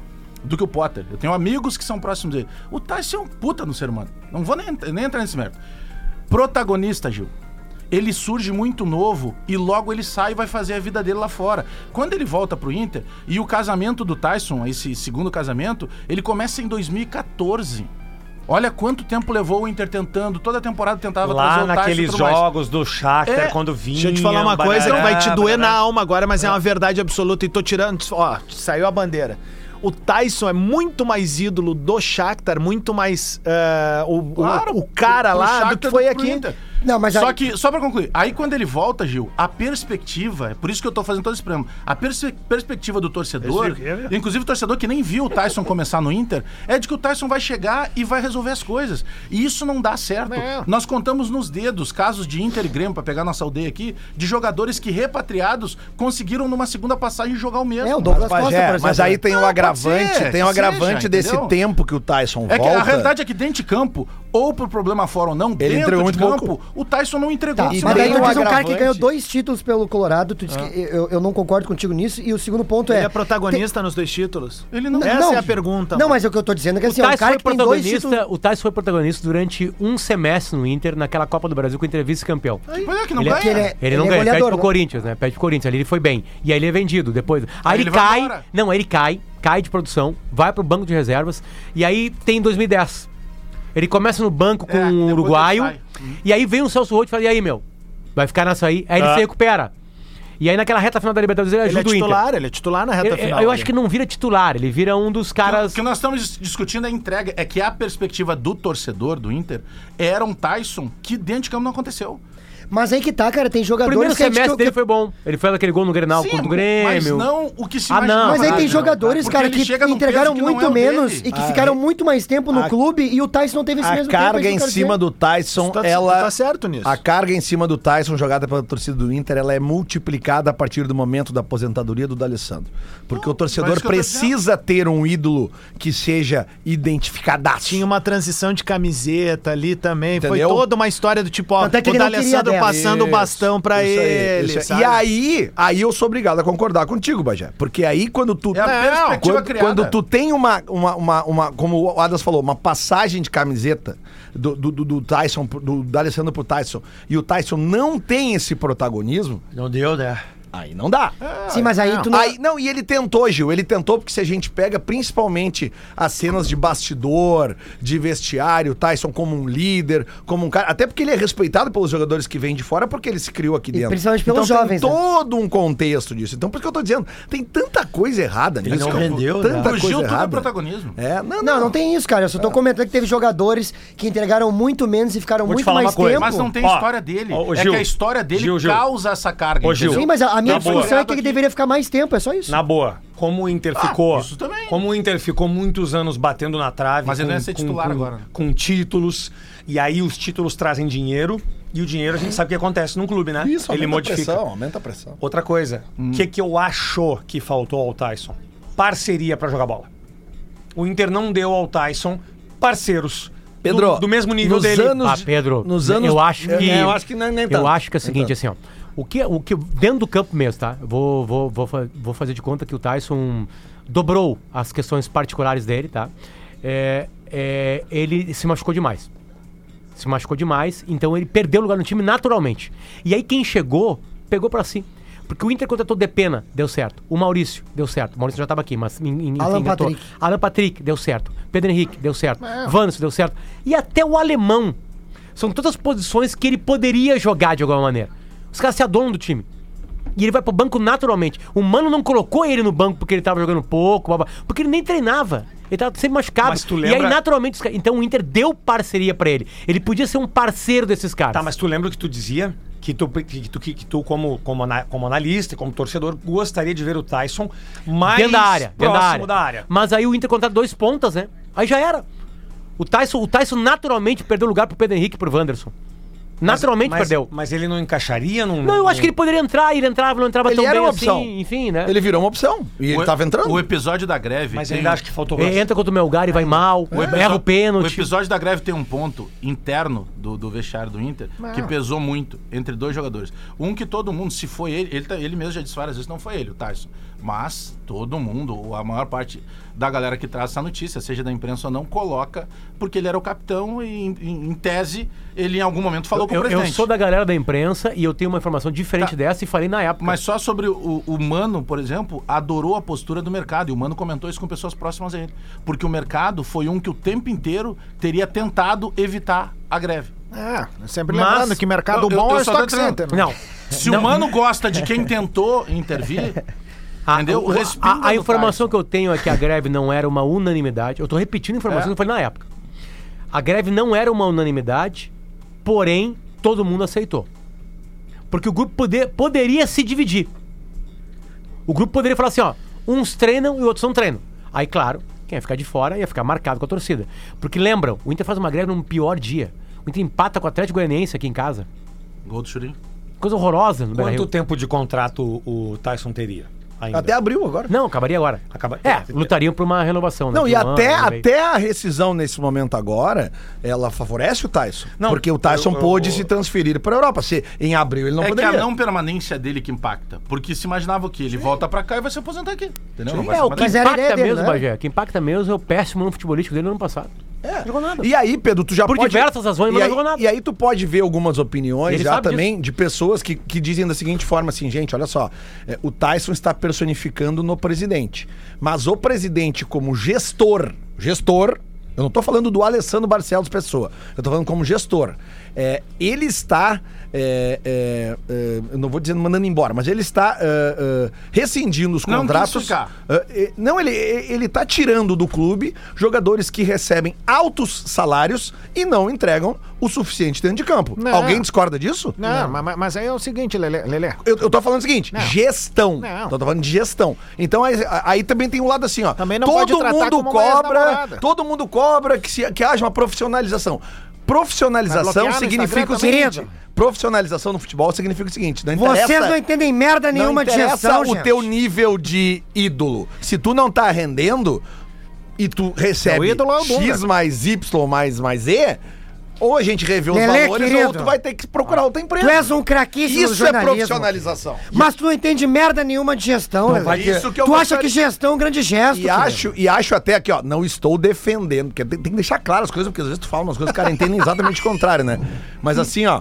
Speaker 2: Do que o Potter. Eu tenho amigos que são próximos dele. O Tyson é um puta no ser humano. Não vou nem, ent- nem entrar nesse mérito. Protagonista, Gil. Ele surge muito novo e logo ele sai e vai fazer a vida dele lá fora. Quando ele volta pro Inter, e o casamento do Tyson, esse segundo casamento, ele começa em 2014. Olha quanto tempo levou o Inter tentando, toda a temporada tentava
Speaker 5: Lá
Speaker 2: trazer o Tyson e
Speaker 5: naqueles
Speaker 2: tudo mais.
Speaker 5: jogos do
Speaker 2: É,
Speaker 5: Shakhtar, quando vinha... um
Speaker 1: Deixa eu te falar uma coisa que vai te doer na
Speaker 5: barará.
Speaker 1: alma agora, mas é uma verdade absoluta. E tô tirando. Ó, saiu a bandeira. O Tyson é muito mais ídolo do Shakhtar, muito mais eh, o, o- o, cara
Speaker 2: pro-
Speaker 1: lá
Speaker 2: pro
Speaker 1: do que
Speaker 2: Shakhtar
Speaker 1: foi
Speaker 2: do pro
Speaker 1: aqui.
Speaker 2: Inter.
Speaker 7: Não, mas
Speaker 2: só
Speaker 7: aí-
Speaker 2: que, só pra concluir, aí quando ele volta, Gil, a perspectiva, é por isso que eu tô fazendo todo esse programa, a perse- perspectiva do torcedor, inclusive é o torcedor que nem viu o Tyson começar no Inter, é de que o Tyson vai chegar e vai resolver as coisas. E isso não é. dá certo. Nós contamos nos dedos casos de Inter e Grêmio, pra pegar nossa aldeia aqui, de jogadores que repatriados conseguiram numa segunda passagem jogar o mesmo.
Speaker 7: É, o Douglas
Speaker 6: Mas,
Speaker 7: Costa,
Speaker 6: é,
Speaker 7: por exemplo.
Speaker 6: mas aí tem o
Speaker 2: Não, pode
Speaker 6: agravante,
Speaker 2: ser,
Speaker 6: tem o
Speaker 2: que
Speaker 6: agravante
Speaker 2: seja,
Speaker 6: desse
Speaker 2: entendeu?
Speaker 6: tempo que o Tyson
Speaker 2: É que
Speaker 6: volta.
Speaker 2: a realidade é que dentro de campo, ou por problema fora ou não, dentro
Speaker 6: entregou
Speaker 2: de
Speaker 6: muito
Speaker 2: campo,
Speaker 6: pouco.
Speaker 2: o Tyson não entregou.
Speaker 7: Tá,
Speaker 2: Isso
Speaker 7: mas
Speaker 2: não é
Speaker 7: daí
Speaker 2: tem
Speaker 7: tu diz um cara
Speaker 2: agravante.
Speaker 7: que ganhou dois títulos pelo Colorado, tu diz que eu, eu não concordo contigo nisso, e o segundo ponto é...
Speaker 1: Ele é protagonista nos dois títulos?
Speaker 2: Ele não-
Speaker 1: Essa é a pergunta.
Speaker 7: Não,
Speaker 1: mano.
Speaker 7: mas o que eu tô dizendo é que
Speaker 3: O
Speaker 7: assim, é um
Speaker 3: Tais
Speaker 7: cara
Speaker 3: foi
Speaker 7: que tem dois
Speaker 3: protagonista,
Speaker 7: títulos...
Speaker 3: o Tais foi protagonista durante um semestre no Inter, naquela Copa do Brasil com o Inter vice-campeão.
Speaker 2: Pois é, que não
Speaker 3: Ele, é-
Speaker 2: ganha.
Speaker 3: ele,
Speaker 7: é- ele
Speaker 3: não
Speaker 7: é
Speaker 3: ganha, pede
Speaker 7: goleador,
Speaker 3: pro
Speaker 7: né?
Speaker 3: Corinthians, né? Pede pro Corinthians, ali ele foi bem. E aí ele é vendido depois. Aí, ele,
Speaker 2: ele vai
Speaker 3: cai.
Speaker 2: embora.
Speaker 3: Não, aí ele cai, cai de produção, vai pro banco de reservas. E aí tem 2010. Ele começa no banco com
Speaker 2: É,
Speaker 3: um
Speaker 2: depois
Speaker 3: uruguaio.
Speaker 2: ele sai. Uhum.
Speaker 3: E aí vem o Celso Roth e fala: e aí, meu? Vai ficar nessa aí? Aí ele
Speaker 5: Ah.
Speaker 3: se recupera. E aí naquela reta final da Libertadores ele
Speaker 1: Ele
Speaker 3: ajuda
Speaker 1: é
Speaker 3: o Inter.
Speaker 1: titular, ele é titular na reta
Speaker 3: Eu,
Speaker 1: final.
Speaker 3: eu
Speaker 1: ali.
Speaker 3: acho que não vira titular, ele vira um dos
Speaker 2: O
Speaker 3: caras.
Speaker 2: que nós estamos dis- discutindo é a entrega. É que a perspectiva do torcedor do Inter era um Tyson que dentro de campo não aconteceu.
Speaker 7: Mas aí que tá, cara, tem
Speaker 3: O
Speaker 7: jogadores
Speaker 3: primeiro
Speaker 7: que a gente-
Speaker 3: semestre
Speaker 7: que-
Speaker 3: dele foi bom. Ele fez aquele gol no Grenal contra o Grêmio.
Speaker 2: mas não o que se
Speaker 3: Ah, não.
Speaker 2: imaginava,
Speaker 7: Mas aí tem
Speaker 2: né?
Speaker 7: jogadores,
Speaker 2: Porque
Speaker 7: cara,
Speaker 2: ele
Speaker 7: que
Speaker 2: chega num peso
Speaker 7: entregaram
Speaker 2: que não
Speaker 7: muito
Speaker 2: é o dele.
Speaker 7: menos e que ficaram muito mais tempo no
Speaker 6: a-
Speaker 7: clube e o Tyson não teve esse
Speaker 6: A
Speaker 7: mesmo tempo. é isso
Speaker 6: carga
Speaker 7: que eu
Speaker 6: em
Speaker 7: quero
Speaker 6: cima
Speaker 7: dizer.
Speaker 6: do Tyson,
Speaker 1: Tu tá, tu
Speaker 6: ela.
Speaker 1: tá certo nisso.
Speaker 6: A carga em cima do Tyson jogada pela torcida do Inter, ela é multiplicada a partir do momento da aposentadoria do D'Alessandro. Porque o
Speaker 2: mas
Speaker 6: torcedor
Speaker 2: que eu tô
Speaker 6: precisa ter um ídolo que seja identificadaço.
Speaker 1: Tinha um uma transição de camiseta ali também.
Speaker 6: Entendeu?
Speaker 1: Foi toda uma história do tipo, ó,
Speaker 7: Tanto é que
Speaker 1: o
Speaker 7: ele não queria
Speaker 1: D'Alessandro
Speaker 7: dela.
Speaker 1: passando o
Speaker 6: Isso,
Speaker 1: bastão pra
Speaker 6: isso aí,
Speaker 1: ele.
Speaker 6: isso aí.
Speaker 1: sabe?
Speaker 6: E aí, aí eu sou obrigado a concordar contigo, Bajé. Porque aí quando tu.
Speaker 2: É a perspectiva
Speaker 6: quando,
Speaker 2: criada.
Speaker 6: quando tu tem uma, uma, uma, uma- Como o Adas falou, uma passagem de camiseta do, do, do, do Tyson, pro- do, do Alessandro pro Tyson, e o Tyson não tem esse protagonismo,
Speaker 5: Não deu, né?
Speaker 6: Aí não dá.
Speaker 7: Sim, mas aí tu não.
Speaker 6: Aí, não, é- e ele tentou, Gil. Ele tentou porque se a gente pega principalmente as cenas de bastidor, de vestiário, Tyson como um líder, como um cara. Até porque ele é respeitado pelos jogadores que vêm de fora, porque ele se criou aqui dentro.
Speaker 7: principalmente pelos
Speaker 6: então,
Speaker 7: jovens,
Speaker 6: Tem
Speaker 7: né?
Speaker 6: todo um contexto disso. Então, por isso que eu tô dizendo, tem tanta coisa errada nisso.
Speaker 5: não
Speaker 6: cara.
Speaker 5: rendeu, né?
Speaker 6: Tanta
Speaker 2: Pro Gil,
Speaker 6: coisa
Speaker 2: tudo é
Speaker 6: errada.
Speaker 2: protagonismo.
Speaker 6: É, não,
Speaker 7: Não, não tem isso, cara. Eu só tô comentando que teve jogadores que entregaram muito menos e ficaram
Speaker 5: Vou te
Speaker 7: muito
Speaker 5: falar
Speaker 7: mais
Speaker 5: uma coisa,
Speaker 7: tempo.
Speaker 2: Mas não tem
Speaker 5: Ó,
Speaker 2: história dele.
Speaker 5: ó, ô,
Speaker 2: é
Speaker 5: Gil.
Speaker 2: que a história dele
Speaker 5: Gil, Gil.
Speaker 2: causa essa carga.
Speaker 5: Ô, Gil.
Speaker 2: entendeu?
Speaker 7: Sim, mas a, a minha
Speaker 5: Na boa.
Speaker 7: discussão é que ele deveria ficar mais tempo, é só isso.
Speaker 5: Na boa. Como o Inter ficou.
Speaker 2: Ah, isso também.
Speaker 5: Como o Inter ficou muitos anos batendo na trave.
Speaker 2: Mas ele não ia ser titular
Speaker 5: com,
Speaker 2: agora.
Speaker 5: Com títulos. E aí os títulos trazem dinheiro. E o dinheiro a gente sabe o que acontece num clube, né?
Speaker 6: Isso,
Speaker 5: ele
Speaker 6: aumenta
Speaker 5: modifica.
Speaker 6: a pressão, aumenta a pressão.
Speaker 5: Outra coisa, o
Speaker 2: Hum.
Speaker 5: que, que eu acho que faltou ao Tyson? Parceria pra jogar bola. O Inter não deu ao Tyson parceiros
Speaker 6: Pedro,
Speaker 5: do, do mesmo nível
Speaker 6: nos
Speaker 5: dele.
Speaker 6: anos-
Speaker 3: Ah, Pedro,
Speaker 6: nos anos-
Speaker 3: eu acho que.
Speaker 6: É, eu acho que não- nem tanto.
Speaker 3: Eu acho que é o
Speaker 6: Nem
Speaker 3: seguinte,
Speaker 6: tanto.
Speaker 3: assim, ó. O que, o que, dentro do campo mesmo, tá? Eu Vou, vou, vou, fa- vou fazer de conta que o Tyson dobrou as questões particulares dele, tá? É, é, ele se machucou demais. Se machucou demais, então ele perdeu lugar no time naturalmente. E aí quem chegou, pegou pra si. Porque o Inter contratou Depena, deu certo. O Maurício, deu certo. O Maurício já tava aqui, mas em- em- enfim,
Speaker 7: Alan
Speaker 3: inventou.
Speaker 7: Patrick.
Speaker 3: Alan Patrick, deu certo. Pedro Henrique, deu certo. Vans, deu certo. E até o alemão. São todas posições que ele poderia jogar de alguma maneira. Os caras se adoram do time. E ele vai pro banco naturalmente. O Mano não colocou ele no banco porque ele tava jogando pouco, blá, blá, porque ele nem treinava. Ele tava sempre machucado.
Speaker 5: Mas tu
Speaker 3: E
Speaker 5: lembra-
Speaker 3: aí, naturalmente, os caras- então o Inter deu parceria pra ele. Ele podia ser um parceiro desses caras.
Speaker 5: Tá, mas tu lembra o que tu dizia? Que tu, que tu, que, que tu como, como, ana- como analista, como torcedor, gostaria de ver o Tyson mais
Speaker 3: dentro da área, dentro da área.
Speaker 5: próximo da área.
Speaker 3: Mas aí o Inter contrata dois pontas, né? Aí já era. O Tyson, o Tyson naturalmente perdeu lugar pro Pedro Henrique e pro Wanderson. Naturalmente
Speaker 5: Mas-
Speaker 3: perdeu.
Speaker 5: Mas ele não encaixaria num.
Speaker 3: Não, eu acho que ele poderia entrar, ele entrava, não entrava
Speaker 6: Ele
Speaker 3: tão
Speaker 6: era
Speaker 3: bem
Speaker 6: uma
Speaker 3: assim,
Speaker 6: opção.
Speaker 3: enfim, né?
Speaker 6: Ele virou uma opção. E ele
Speaker 2: O-
Speaker 6: tava entrando.
Speaker 2: O episódio da greve.
Speaker 5: Mas
Speaker 2: tem-
Speaker 5: ainda acho que faltou.
Speaker 3: Ele É, entra contra o Melgar e
Speaker 5: É.
Speaker 3: vai mal, erra o
Speaker 2: O
Speaker 3: pênalti.
Speaker 2: episódio da greve tem um ponto interno do, do vestiário do Inter que pesou muito entre dois jogadores. Um que todo mundo, se foi ele, ele, tá- ele mesmo já disse várias vezes, não foi ele, o Tyson. Mas todo mundo, ou a maior parte da galera que traz essa notícia, seja da imprensa ou não, coloca, porque ele era o capitão e, em, em- em tese, ele em algum momento
Speaker 5: é
Speaker 2: falou com
Speaker 3: Eu,
Speaker 2: o
Speaker 3: eu
Speaker 2: presidente.
Speaker 3: sou da galera da imprensa e eu tenho uma informação diferente
Speaker 2: Tá.
Speaker 3: dessa e falei na época.
Speaker 2: Mas só sobre o, o Mano, por exemplo, adorou a postura do mercado. E o Mano comentou isso com pessoas próximas a ele. Porque o mercado foi um que o tempo inteiro teria tentado evitar a greve.
Speaker 1: É, sempre
Speaker 3: Mas-
Speaker 1: lembrando que mercado
Speaker 2: Eu- eu-
Speaker 1: bom
Speaker 2: eu
Speaker 1: é
Speaker 2: só
Speaker 1: Stock
Speaker 2: tô dizendo.
Speaker 1: Center. né?
Speaker 3: Não.
Speaker 2: Se o
Speaker 3: [LAUGHS]
Speaker 2: Mano gosta de quem tentou intervir,
Speaker 3: A,
Speaker 2: Entendeu?
Speaker 3: o- a-
Speaker 2: Respinga
Speaker 3: a- a
Speaker 2: do
Speaker 3: informação que eu tenho é que a greve não era uma unanimidade. Eu tô repetindo a informação que eu falei na época. A greve não era uma unanimidade, porém, todo mundo aceitou. Porque o grupo poder- poderia se dividir. O grupo poderia falar assim, ó, uns treinam e outros não treinam. Aí, claro, quem ia ficar de fora ia ficar marcado com a torcida. Porque lembram, o Inter faz uma greve num pior dia. O Inter empata com o Atlético Goianiense aqui em casa.
Speaker 2: gol do Churinho.
Speaker 3: Coisa horrorosa no
Speaker 5: Quanto
Speaker 3: Beira-Rio.
Speaker 5: tempo de contrato o Tyson teria? Ainda?
Speaker 6: Até abriu agora.
Speaker 3: Não, acabaria agora.
Speaker 5: Acaba-
Speaker 3: É, lutariam por uma renovação. né,
Speaker 6: Não,
Speaker 3: de
Speaker 6: e
Speaker 3: um ano,
Speaker 6: até,
Speaker 3: um ano e meio.
Speaker 6: até a rescisão nesse momento agora, ela favorece o Tyson.
Speaker 5: Não,
Speaker 6: porque o Tyson
Speaker 5: eu- eu-
Speaker 6: pôde
Speaker 5: eu-
Speaker 6: se transferir para a Europa. Se em abril ele não
Speaker 2: é
Speaker 6: poderia.
Speaker 2: que a não permanência dele que impacta. Porque se imaginava que ele volta pra cá e vai se aposentar aqui. Entendeu? Não vai
Speaker 3: É,
Speaker 2: se
Speaker 3: o que
Speaker 2: aposentar.
Speaker 7: Mas era a
Speaker 3: impacta
Speaker 7: ideia dele,
Speaker 3: mesmo,
Speaker 7: né?
Speaker 3: Bagé. O que impacta mesmo é o péssimo ano futebolístico dele no ano passado.
Speaker 6: É.
Speaker 3: jogou nada.
Speaker 6: E aí, Pedro, tu já
Speaker 3: Por
Speaker 6: pode...
Speaker 3: diversas razões, mas
Speaker 6: e
Speaker 3: não
Speaker 6: aí,
Speaker 3: jogou nada.
Speaker 6: E aí tu pode ver algumas
Speaker 3: E
Speaker 6: opiniões
Speaker 3: ele
Speaker 6: já
Speaker 3: sabe
Speaker 6: também de pessoas que, que dizem da seguinte forma assim, gente, olha só, é, o Tyson está personificando no presidente. Mas o presidente como gestor, gestor... Eu não tô falando do Alessandro Barcelos Pessoa. Eu tô falando como gestor. É, ele está... é, é, é, eu não vou dizendo mandando embora, mas ele está é, é, rescindindo os
Speaker 2: Não quis
Speaker 6: contratos.
Speaker 2: ficar.
Speaker 6: Ah, eh, Não, ele, ele tá tirando do clube jogadores que recebem altos salários e não entregam o suficiente dentro de campo.
Speaker 1: Não.
Speaker 6: Alguém discorda disso?
Speaker 1: Não, Tá, Mas, mas aí é o seguinte, Lelé. Lelé.
Speaker 6: Eu, eu tô falando o seguinte, gestão.
Speaker 1: Não.
Speaker 6: Tô, tô falando de gestão. Então aí, aí também tem um lado assim, ó.
Speaker 1: Também não
Speaker 6: todo
Speaker 1: pode tratar
Speaker 6: mundo
Speaker 1: como uma
Speaker 6: cobra,
Speaker 1: ex-namorada.
Speaker 6: todo mundo cobra que, se, que haja uma profissionalização.
Speaker 1: Vai
Speaker 6: Profissionalização
Speaker 1: bloquear no
Speaker 6: significa
Speaker 1: Instagram
Speaker 6: o seguinte.
Speaker 1: também?
Speaker 6: Profissionalização no futebol significa o seguinte, não interessa.
Speaker 7: Vocês não entendem merda nenhuma de
Speaker 6: interessa
Speaker 7: gestão,
Speaker 6: o
Speaker 7: gente.
Speaker 6: teu nível de ídolo. Se tu não tá rendendo e tu recebe
Speaker 1: Teu ídolo é o
Speaker 6: X
Speaker 1: bom, né?
Speaker 6: mais Y mais mais E, ou a gente revê os
Speaker 7: Lelê,
Speaker 6: valores ou
Speaker 7: querido.
Speaker 6: tu vai ter que procurar outra empresa.
Speaker 7: Tu és um craquíssimo
Speaker 6: Isso é
Speaker 7: jornalismo.
Speaker 6: profissionalização.
Speaker 7: Mas tu não entende merda nenhuma de gestão, Lelê.
Speaker 6: vai ter- Isso que eu
Speaker 7: Tu acha
Speaker 6: gostaria-
Speaker 7: que gestão é um grande gesto,
Speaker 6: E
Speaker 7: querido.
Speaker 6: acho, e acho até aqui, ó, não estou defendendo, porque tem, tem que deixar claras as coisas, porque às vezes tu fala umas coisas, o cara entende exatamente o contrário, né? Mas assim, ó,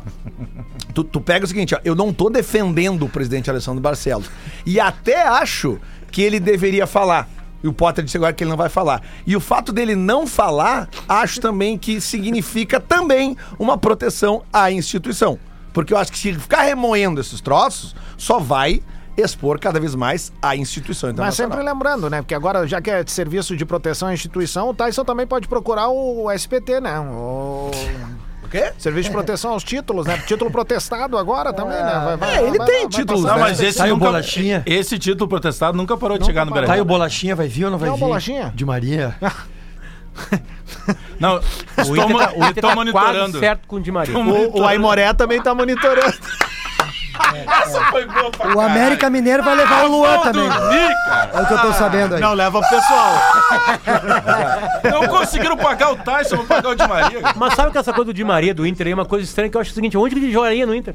Speaker 6: tu, tu pega o seguinte, ó, eu não tô defendendo o presidente Alessandro Barcelos. E até acho que ele deveria falar. E o Potter disse agora que ele não vai falar. E o fato dele não falar, acho também que significa também uma proteção à instituição. Porque eu acho que se ficar remoendo esses troços, só vai expor cada vez mais a instituição
Speaker 1: Mas sempre
Speaker 6: internacional.
Speaker 1: lembrando, né? Porque agora, já que é de serviço de proteção à instituição, o Tyson também pode procurar o SPT, né? O
Speaker 6: O quê?
Speaker 1: Serviço de proteção aos títulos, né? Título protestado agora também, né? Vai- vai-
Speaker 6: É, ele
Speaker 1: vai-
Speaker 6: tem
Speaker 1: vai
Speaker 6: títulos,
Speaker 1: passar.
Speaker 2: Não, mas esse
Speaker 5: Saiu
Speaker 2: nunca,
Speaker 5: bolachinha.
Speaker 2: Esse título protestado nunca parou de chegar no
Speaker 1: parou.
Speaker 5: Tá, e
Speaker 2: Brasil.
Speaker 5: o Bolachinha vai vir ou não vai
Speaker 1: Não,
Speaker 5: vir?
Speaker 1: Bolachinha.
Speaker 5: De Maria?
Speaker 2: Não,
Speaker 3: [LAUGHS] O
Speaker 2: estou,
Speaker 3: Inter
Speaker 2: mo-
Speaker 3: tá, o Inter
Speaker 2: estou
Speaker 3: tá
Speaker 2: monitorando.
Speaker 3: quase certo com o Di Maria.
Speaker 2: Tô
Speaker 1: O, o Aimoré também tá monitorando.
Speaker 7: O América Mineiro vai levar o Luan também.
Speaker 2: Dormi, cara.
Speaker 7: É o que eu tô sabendo aí.
Speaker 4: Não, leva pro pessoal.
Speaker 2: Não conseguiram pagar o Tyson, vão pagar o de Maria. cara.
Speaker 3: Mas sabe que essa coisa do Di Maria, do Inter, aí é uma coisa estranha que eu acho o seguinte, onde que ele jogaria no Inter?